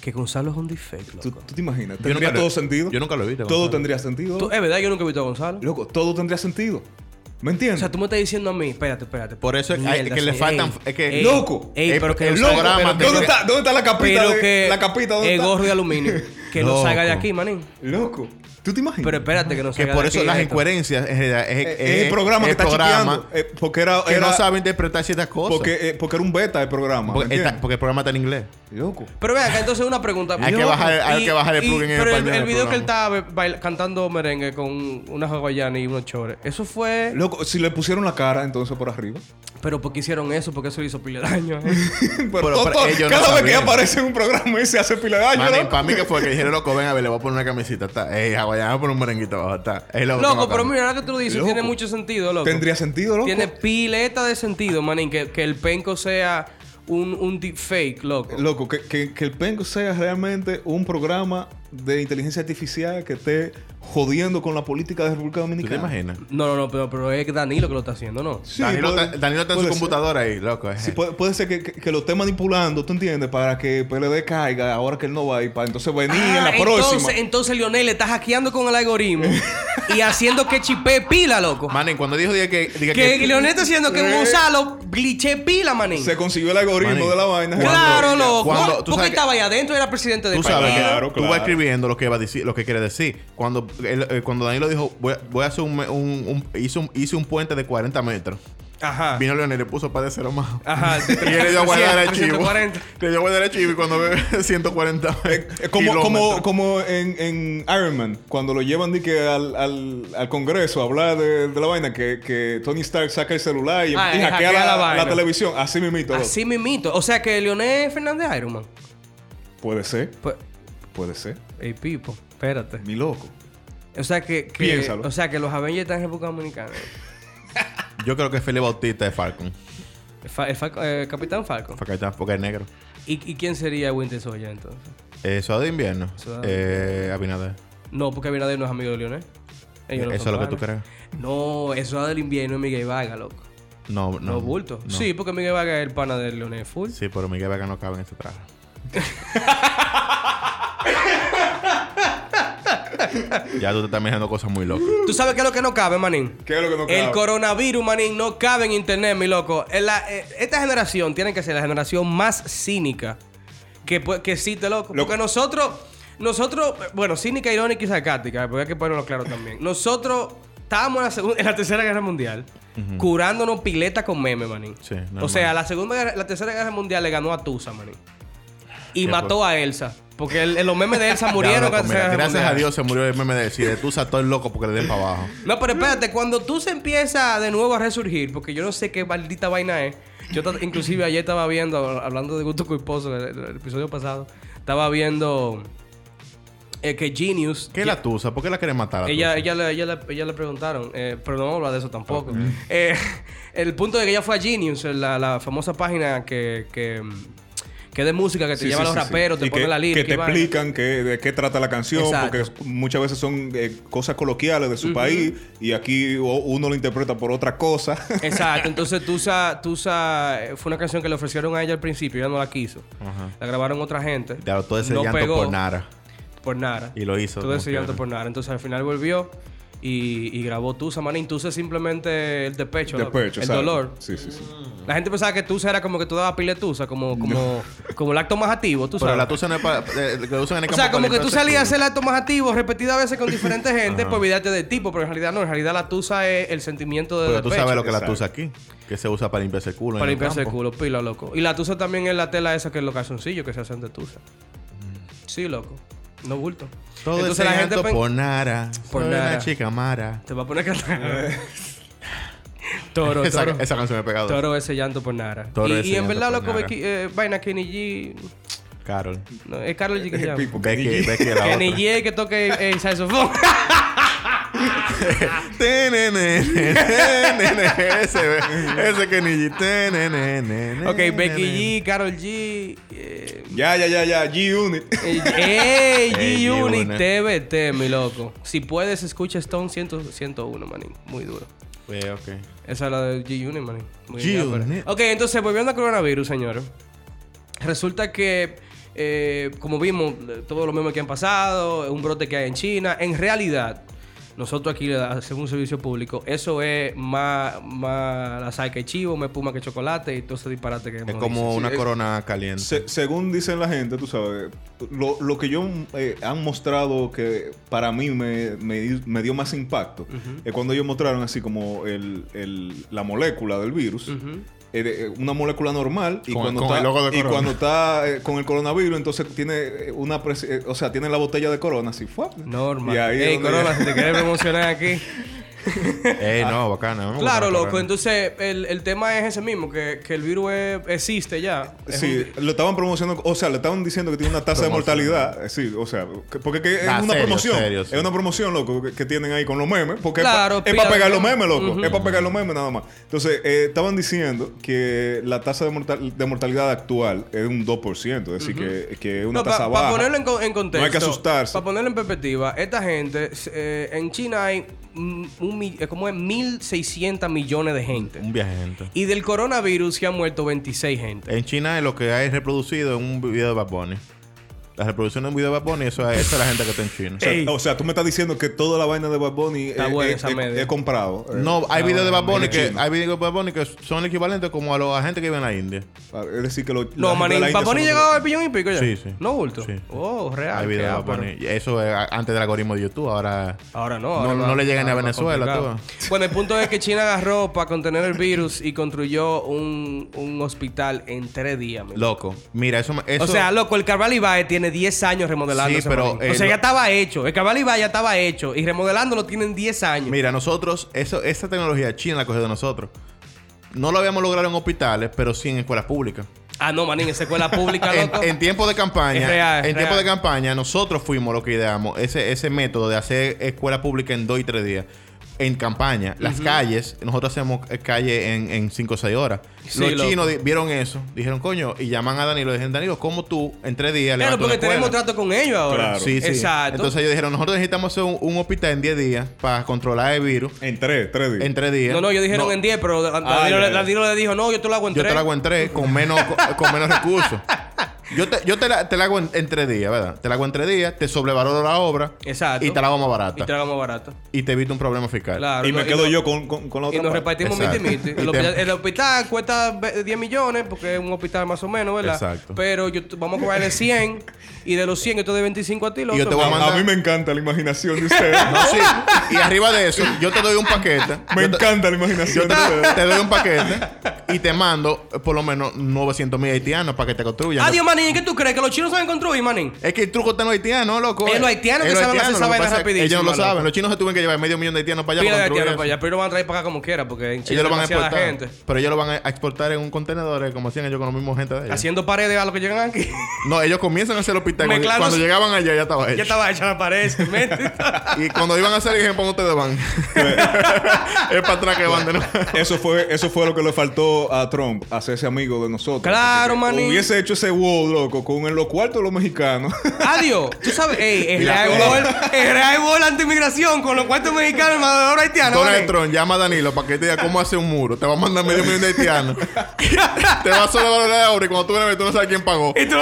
[SPEAKER 3] Que Gonzalo es un defect,
[SPEAKER 4] ¿Tú,
[SPEAKER 3] loco.
[SPEAKER 4] tú te imaginas?
[SPEAKER 2] Yo
[SPEAKER 4] ¿Tendría
[SPEAKER 2] nunca lo-
[SPEAKER 4] todo sentido?
[SPEAKER 2] yo nunca lo he visto,
[SPEAKER 4] Todo
[SPEAKER 2] Gonzalo.
[SPEAKER 4] tendría sentido.
[SPEAKER 3] Tú- eh, es verdad, yo nunca he visto a Gonzalo.
[SPEAKER 4] Loco, todo tendría sentido. ¿Me
[SPEAKER 3] O
[SPEAKER 4] entiendes?
[SPEAKER 3] sea, tú me estás diciendo a mí, espérate, espérate.
[SPEAKER 2] Por eso es que hay-
[SPEAKER 3] Mierda,
[SPEAKER 2] que le
[SPEAKER 3] sí.
[SPEAKER 2] faltan-
[SPEAKER 3] Ey,
[SPEAKER 2] es que-
[SPEAKER 3] ey,
[SPEAKER 4] Loco.
[SPEAKER 3] ey,
[SPEAKER 2] Ey,
[SPEAKER 3] pero que
[SPEAKER 2] el
[SPEAKER 3] no salga-
[SPEAKER 2] programa
[SPEAKER 3] pero que-
[SPEAKER 4] ¿Dónde, está, ¿Dónde está la capita?
[SPEAKER 3] Pero
[SPEAKER 4] de-
[SPEAKER 3] que
[SPEAKER 4] la capita, ¿dónde
[SPEAKER 3] el
[SPEAKER 4] está?
[SPEAKER 3] gorro de aluminio que no
[SPEAKER 2] Loco.
[SPEAKER 3] salga de aquí, manín.
[SPEAKER 4] Loco, ¿tú te imaginas? Eh,
[SPEAKER 3] Pero espérate que no
[SPEAKER 2] Que
[SPEAKER 3] salga.
[SPEAKER 2] por
[SPEAKER 3] de
[SPEAKER 2] eso
[SPEAKER 3] aquí,
[SPEAKER 2] las
[SPEAKER 3] esto.
[SPEAKER 2] incoherencias es, es-
[SPEAKER 4] Es
[SPEAKER 2] es-
[SPEAKER 4] el programa que
[SPEAKER 2] es
[SPEAKER 4] está
[SPEAKER 2] eh, programa
[SPEAKER 4] chiqueando. Eh, porque era,
[SPEAKER 2] que
[SPEAKER 4] era-
[SPEAKER 2] no sabe interpretar ciertas cosas.
[SPEAKER 4] porque, eh, porque era un beta el programa.
[SPEAKER 2] porque,
[SPEAKER 4] ¿me
[SPEAKER 2] está- pues.
[SPEAKER 4] entiendes?
[SPEAKER 2] porque el programa está en inglés.
[SPEAKER 4] Loco.
[SPEAKER 3] Pero vea, acá entonces una pregunta.
[SPEAKER 2] Hay que bajar- hay que bajar el plugin en
[SPEAKER 3] pero
[SPEAKER 2] español
[SPEAKER 3] El,
[SPEAKER 2] del
[SPEAKER 3] el video que él
[SPEAKER 2] programa.
[SPEAKER 3] estaba be- bail- cantando merengue con una hawaiana y unos chores. Eso fue.
[SPEAKER 4] Loco, si le pusieron la cara entonces por arriba.
[SPEAKER 3] Pero ¿por qué hicieron eso? Porque eso le hizo pila de daño. eh?
[SPEAKER 4] Pero,
[SPEAKER 2] Pero-
[SPEAKER 4] todo-
[SPEAKER 2] pero ellos no
[SPEAKER 4] cada vez que
[SPEAKER 2] sabían.
[SPEAKER 4] aparece en un programa y se hace pila de daño, ¿no?
[SPEAKER 2] para mí que fue que dijeron, loco, ven a ver, le voy a poner una camiseta. Está. Ey, hawaiana, voy a poner un merenguito abajo. Está. Es lo que
[SPEAKER 3] loco,
[SPEAKER 2] me
[SPEAKER 3] pero
[SPEAKER 2] pasa.
[SPEAKER 3] mira, ahora que tú lo dices,
[SPEAKER 4] Loco.
[SPEAKER 3] tiene mucho sentido, loco.
[SPEAKER 4] Tendría sentido, loco.
[SPEAKER 3] Tiene pileta de sentido, manín, que, que el penco sea un, un deepfake, loco.
[SPEAKER 4] Loco, que, que- que el Penco sea realmente un programa de inteligencia artificial que esté jodiendo con la política de República
[SPEAKER 2] ¿Tú
[SPEAKER 4] Dominicana.
[SPEAKER 2] te imaginas?
[SPEAKER 3] No, no, no, pero, pero es Danilo que lo está haciendo, ¿no?
[SPEAKER 4] Sí,
[SPEAKER 2] Danilo,
[SPEAKER 4] puede-
[SPEAKER 2] está- Danilo está en su
[SPEAKER 4] puede ser.
[SPEAKER 2] computadora ahí, loco.
[SPEAKER 4] Sí, puede, puede ser que, que- que lo esté manipulando, ¿tú entiendes? Para que PLD caiga ahora que él no va y para entonces venir en la
[SPEAKER 3] Ah, entonces,
[SPEAKER 4] próxima.
[SPEAKER 3] entonces Lionel está hackeando con el algoritmo y haciendo que chipee pila, loco.
[SPEAKER 2] Manen, cuando dijo diga que... diga
[SPEAKER 3] Que Lionel está haciendo que
[SPEAKER 4] Eh.
[SPEAKER 3] Gonzalo glitche pila, manín.
[SPEAKER 4] Se consiguió el algoritmo
[SPEAKER 2] Manín,
[SPEAKER 4] de la vaina.
[SPEAKER 3] Claro,
[SPEAKER 2] Cuando-
[SPEAKER 3] loco.
[SPEAKER 2] cuando- tú
[SPEAKER 3] Porque
[SPEAKER 2] sabes que-
[SPEAKER 3] estaba ahí adentro y era presidente de
[SPEAKER 2] Tú sabes que
[SPEAKER 4] Claro,
[SPEAKER 2] tú vas
[SPEAKER 4] claro.
[SPEAKER 2] escribiendo lo que va a decir, lo que quiere decir. Cuando él, eh, cuando Danilo dijo, voy, a- voy a hacer un, me- un- un- hice un hice un puente de 40 metros.
[SPEAKER 4] Ah.
[SPEAKER 3] Ajá.
[SPEAKER 2] Vino Leonel y le puso para de cero más.
[SPEAKER 3] Ajá.
[SPEAKER 2] Y él le dio a guardar el chivo.
[SPEAKER 3] 340.
[SPEAKER 2] Le dio a guardar el chivo y cuando ve 140
[SPEAKER 4] Eh, eh, como, como,
[SPEAKER 2] kilómetros.
[SPEAKER 4] como en, en Iron Man, cuando lo llevan de que al, al, al Congreso a hablar de, de la vaina, que, que Tony Stark saca el celular y,
[SPEAKER 3] Ah,
[SPEAKER 4] y
[SPEAKER 3] y
[SPEAKER 4] hackea,
[SPEAKER 3] hackea la
[SPEAKER 4] la,
[SPEAKER 3] vaina.
[SPEAKER 4] la televisión. Así mismito. loco.
[SPEAKER 3] Así mismito. O sea que Lionel Fernández Iron Man.
[SPEAKER 4] Puede ser,
[SPEAKER 3] Pues,
[SPEAKER 4] puede ser.
[SPEAKER 3] ey, Pipo, espérate.
[SPEAKER 4] Mi loco.
[SPEAKER 3] O sea que, que-
[SPEAKER 4] Piénsalo.
[SPEAKER 3] O sea que los Avengers están en República Dominicana.
[SPEAKER 2] Yo creo que Felipe Bautista es Falcon.
[SPEAKER 3] El Fa- el Falco- eh, Capitán Falcon.
[SPEAKER 2] Falcon, Porque es negro.
[SPEAKER 3] ¿Y, y quién sería Winter Soldier entonces?
[SPEAKER 2] Eh, Soldado de invierno.
[SPEAKER 3] Soldado
[SPEAKER 2] Eh, Abinader.
[SPEAKER 3] No, porque Abinader no es amigo de Lionel. Ellos no
[SPEAKER 2] Eh, Eso es
[SPEAKER 3] son
[SPEAKER 2] lo que tú
[SPEAKER 3] panas.
[SPEAKER 2] crees.
[SPEAKER 3] No, eso es del invierno y Miguel Vargas, loco.
[SPEAKER 2] No, no.
[SPEAKER 3] No, bulto.
[SPEAKER 2] no.
[SPEAKER 3] Sí, porque Miguel Vargas es el pana de Leonel Full.
[SPEAKER 2] Sí, pero Miguel Vega no cabe en ese traje. ya tú te estás mirando cosas muy locas.
[SPEAKER 3] ¿Tú sabes qué es lo que no cabe, manín?
[SPEAKER 4] ¿Qué es lo que no
[SPEAKER 3] El
[SPEAKER 4] cabe?
[SPEAKER 3] coronavirus, manín, no cabe en internet, mi loco. En la- eh, esta generación tiene que ser la generación más cínica que, pue- que existe, loco.
[SPEAKER 4] Loco.
[SPEAKER 3] Porque nosotros, nosotros, eh, bueno, cínica, irónica y sarcástica, porque hay que ponerlo claro también. Nosotros estábamos en la, segun- en la Tercera Guerra Mundial curándonos piletas con memes, manín.
[SPEAKER 2] Sí,
[SPEAKER 3] o
[SPEAKER 2] normal.
[SPEAKER 3] sea, la, segunda, guerra- la Tercera Guerra Mundial le ganó a Tusa, manín. Y
[SPEAKER 2] Qué
[SPEAKER 3] mató a Elsa. Porque el- los memes de Elsa
[SPEAKER 2] Ya,
[SPEAKER 3] murieron
[SPEAKER 2] loco,
[SPEAKER 3] con la
[SPEAKER 2] mira,
[SPEAKER 3] Tercera Guerra
[SPEAKER 2] gracias a
[SPEAKER 3] Mundial.
[SPEAKER 2] Dios se murió el meme de decir, tú todo el loco porque le den para abajo.
[SPEAKER 3] No, pero espérate, cuando tú se empiezas de nuevo a resurgir, porque yo no sé qué maldita vaina es. Yo ta- inclusive ayer estaba viendo, hablando de gusto culposo, el, el episodio pasado, estaba viendo eh, que Genius.
[SPEAKER 2] ¿Qué es la tusa? ¿Por qué la quieren matar? a
[SPEAKER 3] Ella,
[SPEAKER 2] Tusa?
[SPEAKER 3] ella, le, ella le- ella le preguntaron, eh, pero no vamos a hablar de eso tampoco. Eh, el punto de que ella fue a Genius, eh, la, la famosa página que, que, que es de música que te
[SPEAKER 4] Sí,
[SPEAKER 3] lleva
[SPEAKER 4] sí,
[SPEAKER 3] a los
[SPEAKER 4] sí, sí.
[SPEAKER 3] raperos, te
[SPEAKER 4] Y
[SPEAKER 3] pone
[SPEAKER 4] que,
[SPEAKER 3] la lírica.
[SPEAKER 4] que te
[SPEAKER 3] y vaina.
[SPEAKER 4] explican que, de qué trata la canción,
[SPEAKER 3] Exacto.
[SPEAKER 4] porque es- muchas veces son eh, cosas coloquiales de su país y aquí o- uno lo interpreta por otra cosa.
[SPEAKER 3] Exacto, entonces Tusa, Tusa eh, fue una canción que le ofrecieron a ella al principio, ella no la quiso. La grabaron otra gente.
[SPEAKER 2] Ya, todo ese
[SPEAKER 3] no
[SPEAKER 2] llanto
[SPEAKER 3] pegó
[SPEAKER 2] por nada.
[SPEAKER 3] Por nada.
[SPEAKER 2] Y lo hizo,
[SPEAKER 3] Todo ese
[SPEAKER 2] como
[SPEAKER 3] llanto
[SPEAKER 2] quiera.
[SPEAKER 3] por nada. Entonces al final volvió y, y grabó Tusa, manín. Tusa es simplemente el despecho, loco.
[SPEAKER 4] Despecho,
[SPEAKER 3] el
[SPEAKER 4] ¿sabes?
[SPEAKER 3] dolor.
[SPEAKER 4] Sí, sí, sí.
[SPEAKER 3] La gente pensaba que Tusa era como que tú dabas pile Tusa, como, como, como el acto más activo, tú
[SPEAKER 2] Pero
[SPEAKER 3] sabes.
[SPEAKER 2] la tusa no es para... eh, que usan en el
[SPEAKER 3] O sea,
[SPEAKER 2] campo
[SPEAKER 3] como que
[SPEAKER 2] para limpiarse
[SPEAKER 3] tú
[SPEAKER 2] el
[SPEAKER 3] salías a hacer
[SPEAKER 2] culo.
[SPEAKER 3] el acto más activo repetidas veces con diferentes gente para olvidarte del tipo, pero en realidad no, en realidad la tusa es el sentimiento de
[SPEAKER 2] Pero tú
[SPEAKER 3] despecho.
[SPEAKER 2] sabes lo que es la
[SPEAKER 4] Exacto.
[SPEAKER 2] tusa aquí. Que se usa para limpiarse el culo en
[SPEAKER 3] Para
[SPEAKER 2] el
[SPEAKER 3] limpiarse el
[SPEAKER 2] campo.
[SPEAKER 3] culo, pila, loco. Y la tusa también es la tela esa que es los calzoncillos que se hacen de tusa. Sí, loco. No bulto.
[SPEAKER 2] Mm. Todo
[SPEAKER 3] Entonces
[SPEAKER 2] ese
[SPEAKER 3] la gente
[SPEAKER 2] llanto
[SPEAKER 3] pen-
[SPEAKER 2] por nada. Por
[SPEAKER 3] Por nada.
[SPEAKER 2] una chica mara.
[SPEAKER 3] te va a poner que toro,
[SPEAKER 2] esa,
[SPEAKER 3] toro.
[SPEAKER 2] esa canción me ha pegado.
[SPEAKER 3] Toro ese llanto por nada.
[SPEAKER 2] Toro
[SPEAKER 3] y
[SPEAKER 2] ese
[SPEAKER 3] y en
[SPEAKER 2] llanto
[SPEAKER 3] verdad,
[SPEAKER 2] por
[SPEAKER 3] loco,
[SPEAKER 2] nada.
[SPEAKER 3] Becky- eh, vaina Kenny G.
[SPEAKER 2] Carol.
[SPEAKER 3] no, es Carlos G que se
[SPEAKER 4] Eh,
[SPEAKER 3] llama.
[SPEAKER 4] Pipo, que
[SPEAKER 2] Becky,
[SPEAKER 4] DJ.
[SPEAKER 2] Becky la otra.
[SPEAKER 3] Kenny G que toque eh, el saxofón.
[SPEAKER 2] Tenenene, tenenene, ese, ese que ni tenenene,
[SPEAKER 3] ok, Becky
[SPEAKER 2] tenenene.
[SPEAKER 3] G, Carol G. Eh,
[SPEAKER 4] Ya, ya, ya, ya. G-Unit.
[SPEAKER 3] ¡Ey!
[SPEAKER 2] Ey,
[SPEAKER 3] G-Unit
[SPEAKER 2] G-Unit.
[SPEAKER 3] TBT, mi loco. Si puedes, escucha Stone 100 101, manín. Muy duro.
[SPEAKER 2] Eh, ok.
[SPEAKER 3] Esa es la de G-Unit, manín. Muy
[SPEAKER 2] G-Unit.
[SPEAKER 3] ya, fuera. Ok, entonces, volviendo al coronavirus, señores. Resulta que, eh, como vimos, eh, todos los memes que han pasado, un brote que hay en China, en realidad, nosotros aquí le hacemos un servicio público. Eso es más, más la sal que chivo, más puma que chocolate y todo ese disparate que
[SPEAKER 2] Es
[SPEAKER 3] hemos
[SPEAKER 2] como
[SPEAKER 4] Sí,
[SPEAKER 2] una
[SPEAKER 4] es-
[SPEAKER 2] corona caliente.
[SPEAKER 4] Se- según dicen la gente, tú sabes, lo, lo que yo eh, han mostrado que para mí me, me di- me dio más impacto es cuando ellos mostraron así como el, el- la molécula del virus. eh, de- eh, Una molécula normal y,
[SPEAKER 2] Con-
[SPEAKER 4] cuando,
[SPEAKER 2] con
[SPEAKER 4] está,
[SPEAKER 2] el logo de
[SPEAKER 4] y
[SPEAKER 2] Corona.
[SPEAKER 4] cuando está eh, con el coronavirus, entonces tiene eh, una presi- eh, o sea, tiene la botella de corona así fue.
[SPEAKER 3] Normal.
[SPEAKER 4] Y ahí
[SPEAKER 3] Ey,
[SPEAKER 4] es donde-
[SPEAKER 3] Corona, si te quieres promocionar aquí.
[SPEAKER 2] Eh, no, bacana. ¿no?
[SPEAKER 3] Claro,
[SPEAKER 2] Bacana,
[SPEAKER 3] loco.
[SPEAKER 2] bacana.
[SPEAKER 3] Entonces, el, el tema es ese mismo, que, que el virus es- existe ya. Es un-
[SPEAKER 4] Sí, lo estaban promocionando, o sea, le estaban diciendo que tiene una tasa de
[SPEAKER 2] Promoción.
[SPEAKER 4] mortalidad. eh, Sí, o sea, que- porque que es
[SPEAKER 2] Ah,
[SPEAKER 4] una
[SPEAKER 2] serio,
[SPEAKER 4] promoción.
[SPEAKER 2] serio, sí.
[SPEAKER 4] Es una promoción, loco, que, que tienen ahí con los memes. Porque
[SPEAKER 3] Claro,
[SPEAKER 4] es para
[SPEAKER 3] pila de
[SPEAKER 4] pegar los
[SPEAKER 3] memes.
[SPEAKER 4] memes, loco.
[SPEAKER 3] Ujú.
[SPEAKER 4] Es para pegar los memes nada más. Entonces, eh, estaban diciendo que la tasa de, mortal- de mortalidad actual es un 2%, es decir, que, que es una tasa
[SPEAKER 3] para
[SPEAKER 4] baja.
[SPEAKER 3] ponerlo en, co- en contexto.
[SPEAKER 4] No hay que asustarse.
[SPEAKER 3] Para ponerlo en perspectiva, esta gente, eh, en China hay mm, un mi- eh, como es 1.600 millones de gente.
[SPEAKER 2] Un viaje, gente.
[SPEAKER 3] Y del coronavirus se han muerto 26 gente.
[SPEAKER 2] En China lo que hay reproducido es un video de Bad Bunny. La reproducción de un video de Bad Bunny, eso es, esa es la gente que está en China.
[SPEAKER 4] O sea,
[SPEAKER 3] Ey.
[SPEAKER 4] o sea, tú me estás diciendo que toda la vaina de Bad Bunny
[SPEAKER 3] Está
[SPEAKER 4] eh,
[SPEAKER 3] buena
[SPEAKER 4] eh,
[SPEAKER 3] esa
[SPEAKER 4] eh,
[SPEAKER 3] media.
[SPEAKER 4] he comprado. eh,
[SPEAKER 2] No, hay videos de Bad Bunny
[SPEAKER 4] mira,
[SPEAKER 2] que
[SPEAKER 4] chino.
[SPEAKER 2] hay videos de Bad Bunny que son el equivalente como a la gente que vive en la India.
[SPEAKER 4] Es decir, que los.
[SPEAKER 3] Los maní, ¿Paponi llegaba al pillón y pico ya?
[SPEAKER 2] Sí, sí.
[SPEAKER 3] No bulto.
[SPEAKER 2] Sí, sí.
[SPEAKER 3] Oh, real.
[SPEAKER 2] Hay
[SPEAKER 3] qué
[SPEAKER 2] videos de Bad
[SPEAKER 3] ápero.
[SPEAKER 2] Bunny. Y Eso es a- antes del algoritmo de YouTube, ahora
[SPEAKER 3] Ahora no.
[SPEAKER 2] No-
[SPEAKER 3] ahora
[SPEAKER 2] no
[SPEAKER 3] va-
[SPEAKER 2] le llega ni a
[SPEAKER 3] ahora va
[SPEAKER 2] Venezuela,
[SPEAKER 3] complicado. Bueno, el punto es que China agarró para contener el virus y construyó un, un hospital en tres días. mi
[SPEAKER 2] loco. Mira, eso, me- eso
[SPEAKER 3] O sea, loco, el Carvalho Ibae tiene 10 años remodelando.
[SPEAKER 2] Sí,
[SPEAKER 3] ese
[SPEAKER 2] pero,
[SPEAKER 3] manín.
[SPEAKER 2] eh,
[SPEAKER 3] o sea, ya
[SPEAKER 2] lo-
[SPEAKER 3] estaba hecho. El Carvalho Ibae ya estaba hecho. Y remodelándolo tienen 10 años.
[SPEAKER 2] Mira, nosotros, eso, esa tecnología china la cogió de nosotros. No lo habíamos logrado en hospitales, pero sí en escuelas públicas.
[SPEAKER 3] Ah, no, manín, esa escuela pública,
[SPEAKER 2] En,
[SPEAKER 3] loco.
[SPEAKER 2] en tiempo de campaña,
[SPEAKER 3] Es real, es
[SPEAKER 2] en tiempo de
[SPEAKER 3] real.
[SPEAKER 2] campaña, nosotros fuimos los que ideamos ese, ese método de hacer escuela pública en dos y tres días. En campaña, las calles, nosotros hacemos eh, calle en, en cinco o seis horas.
[SPEAKER 3] Sí,
[SPEAKER 2] Los
[SPEAKER 3] loco.
[SPEAKER 2] chinos di- vieron eso, dijeron, coño, y llaman a Danilo y dicen, Danilo, ¿cómo tú en tres días
[SPEAKER 3] claro,
[SPEAKER 2] levantas una
[SPEAKER 3] porque tenemos
[SPEAKER 2] escuela?"
[SPEAKER 3] trato con ellos ahora.
[SPEAKER 4] Claro.
[SPEAKER 2] Sí, sí.
[SPEAKER 3] Exacto.
[SPEAKER 2] Entonces ellos dijeron, nosotros necesitamos hacer un, un hospital en 10 días para controlar el virus.
[SPEAKER 4] En tres, tres días.
[SPEAKER 2] En tres días.
[SPEAKER 3] no, no, ellos dijeron
[SPEAKER 2] No,
[SPEAKER 3] en 10, pero Dan-
[SPEAKER 4] Ah,
[SPEAKER 3] Danilo,
[SPEAKER 4] ya, ya.
[SPEAKER 3] Danilo le dijo, no, yo te lo hago en
[SPEAKER 2] Yo
[SPEAKER 3] 3.
[SPEAKER 2] te la hago en tres con menos, con, con menos recursos. Yo te, yo te la, te la hago en, en tres días, ¿verdad? Te la hago en tres días, te sobrevaloro la obra
[SPEAKER 3] Exacto.
[SPEAKER 2] y te la hago más
[SPEAKER 3] Y te
[SPEAKER 2] barata.
[SPEAKER 3] la hago más barato.
[SPEAKER 2] Y te evito un problema fiscal.
[SPEAKER 3] Claro.
[SPEAKER 4] y me
[SPEAKER 3] no-
[SPEAKER 4] quedo
[SPEAKER 3] no-
[SPEAKER 4] yo con, con, con la otra.
[SPEAKER 3] Y nos
[SPEAKER 4] parte.
[SPEAKER 3] repartimos miti
[SPEAKER 2] Exacto.
[SPEAKER 3] miti.
[SPEAKER 2] Y
[SPEAKER 3] El,
[SPEAKER 2] te-
[SPEAKER 3] hospital- el hospital cuesta ve- 10 millones porque es un hospital más o menos, ¿verdad?
[SPEAKER 2] Exacto.
[SPEAKER 3] Pero yo, vamos a cobrarle 100 y de los 100 yo te doy 25 a ti. los
[SPEAKER 2] Y yo
[SPEAKER 3] otros
[SPEAKER 2] te voy a
[SPEAKER 3] me-
[SPEAKER 2] mandar-
[SPEAKER 4] A mí me encanta la imaginación de ustedes.
[SPEAKER 2] No, sí. Y arriba de eso, yo te doy un paquete.
[SPEAKER 4] Me
[SPEAKER 2] Yo te-
[SPEAKER 4] encanta la
[SPEAKER 2] yo
[SPEAKER 4] imaginación de
[SPEAKER 2] te,
[SPEAKER 4] ustedes.
[SPEAKER 2] te doy un paquete y te mando eh, por lo menos 900 mil haitianos para que te construyan.
[SPEAKER 3] Adiós, manín. ¿Qué tú crees? ¿Que los chinos saben construir, manín?
[SPEAKER 2] Es que el truco está en los haitianos, loco.
[SPEAKER 3] Es los haitianos que saben hacer
[SPEAKER 2] haitianos, lo
[SPEAKER 3] esa
[SPEAKER 2] que
[SPEAKER 3] vaina
[SPEAKER 2] pasa es que
[SPEAKER 3] rapidísimo,
[SPEAKER 2] Ellos no lo
[SPEAKER 3] loco.
[SPEAKER 2] saben. Los chinos se tuvieron que llevar medio millón de haitianos para allá
[SPEAKER 3] Pila de
[SPEAKER 2] para construir
[SPEAKER 3] haitianos para
[SPEAKER 2] eso.
[SPEAKER 3] allá, pero ellos lo van a traer para acá como quiera porque en Chile
[SPEAKER 2] Ellos lo van a
[SPEAKER 3] demasiada
[SPEAKER 2] exportar.
[SPEAKER 3] gente.
[SPEAKER 2] Pero ellos lo van a a exportar en un contenedor, eh, como hacían ellos con los mismos gente de ellos.
[SPEAKER 3] Haciendo paredes a los que llegan aquí.
[SPEAKER 2] No, ellos comienzan a hacer el hospital. Cuando,
[SPEAKER 3] Mezclando-
[SPEAKER 2] cuando llegaban allá ya estaba hecho.
[SPEAKER 3] ya estaba hecha la pared. cemento y todo.
[SPEAKER 2] Y cuando iban a hacer, dije, ¿para ustedes van? es para atrás que van de nuevo.
[SPEAKER 4] Eso fue, eso fue lo que le faltó a Trump, hacerse amigo de nosotros.
[SPEAKER 3] Claro,
[SPEAKER 4] Porque
[SPEAKER 3] manín.
[SPEAKER 4] Hubiese hecho ese wow, loco, con el- los cuartos de los mexicanos.
[SPEAKER 3] Adiós. Tú sabes, ey, es
[SPEAKER 2] Y la
[SPEAKER 3] real
[SPEAKER 2] cola.
[SPEAKER 3] gol, es real gol antimigración con los cuartos mexicanos, hermano de obra haitiana.
[SPEAKER 2] Donald
[SPEAKER 3] manín.
[SPEAKER 2] Trump llama a Danilo para que te diga cómo hacer un muro. Te va a mandar medio millón de haitianos. te va a sobrevalorar la obra y cuando tú vienes, tú no sabes quién pagó.
[SPEAKER 3] Y tú-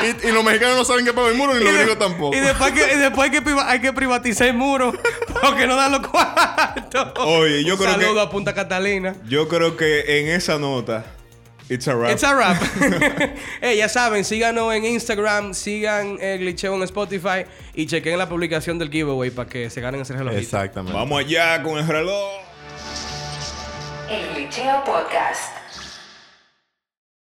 [SPEAKER 2] Y, y los mexicanos no saben quién pagó el muro ni los
[SPEAKER 3] de-
[SPEAKER 2] gringos tampoco.
[SPEAKER 3] y después, que, y después hay, que priva- hay que privatizar el muro porque no dan los cuartos.
[SPEAKER 4] Oye, yo
[SPEAKER 3] Un
[SPEAKER 4] creo que-
[SPEAKER 3] Saludo a Punta Catalina.
[SPEAKER 4] Yo creo que en esa nota, it's a wrap.
[SPEAKER 3] It's a wrap. Eh, ya saben, síganos en Instagram, sigan el Glitcheo en Spotify y chequen la publicación del giveaway para que se ganen ese relojito.
[SPEAKER 2] Exactamente.
[SPEAKER 4] Vamos allá con el reloj.
[SPEAKER 1] El Glitcheo Podcast.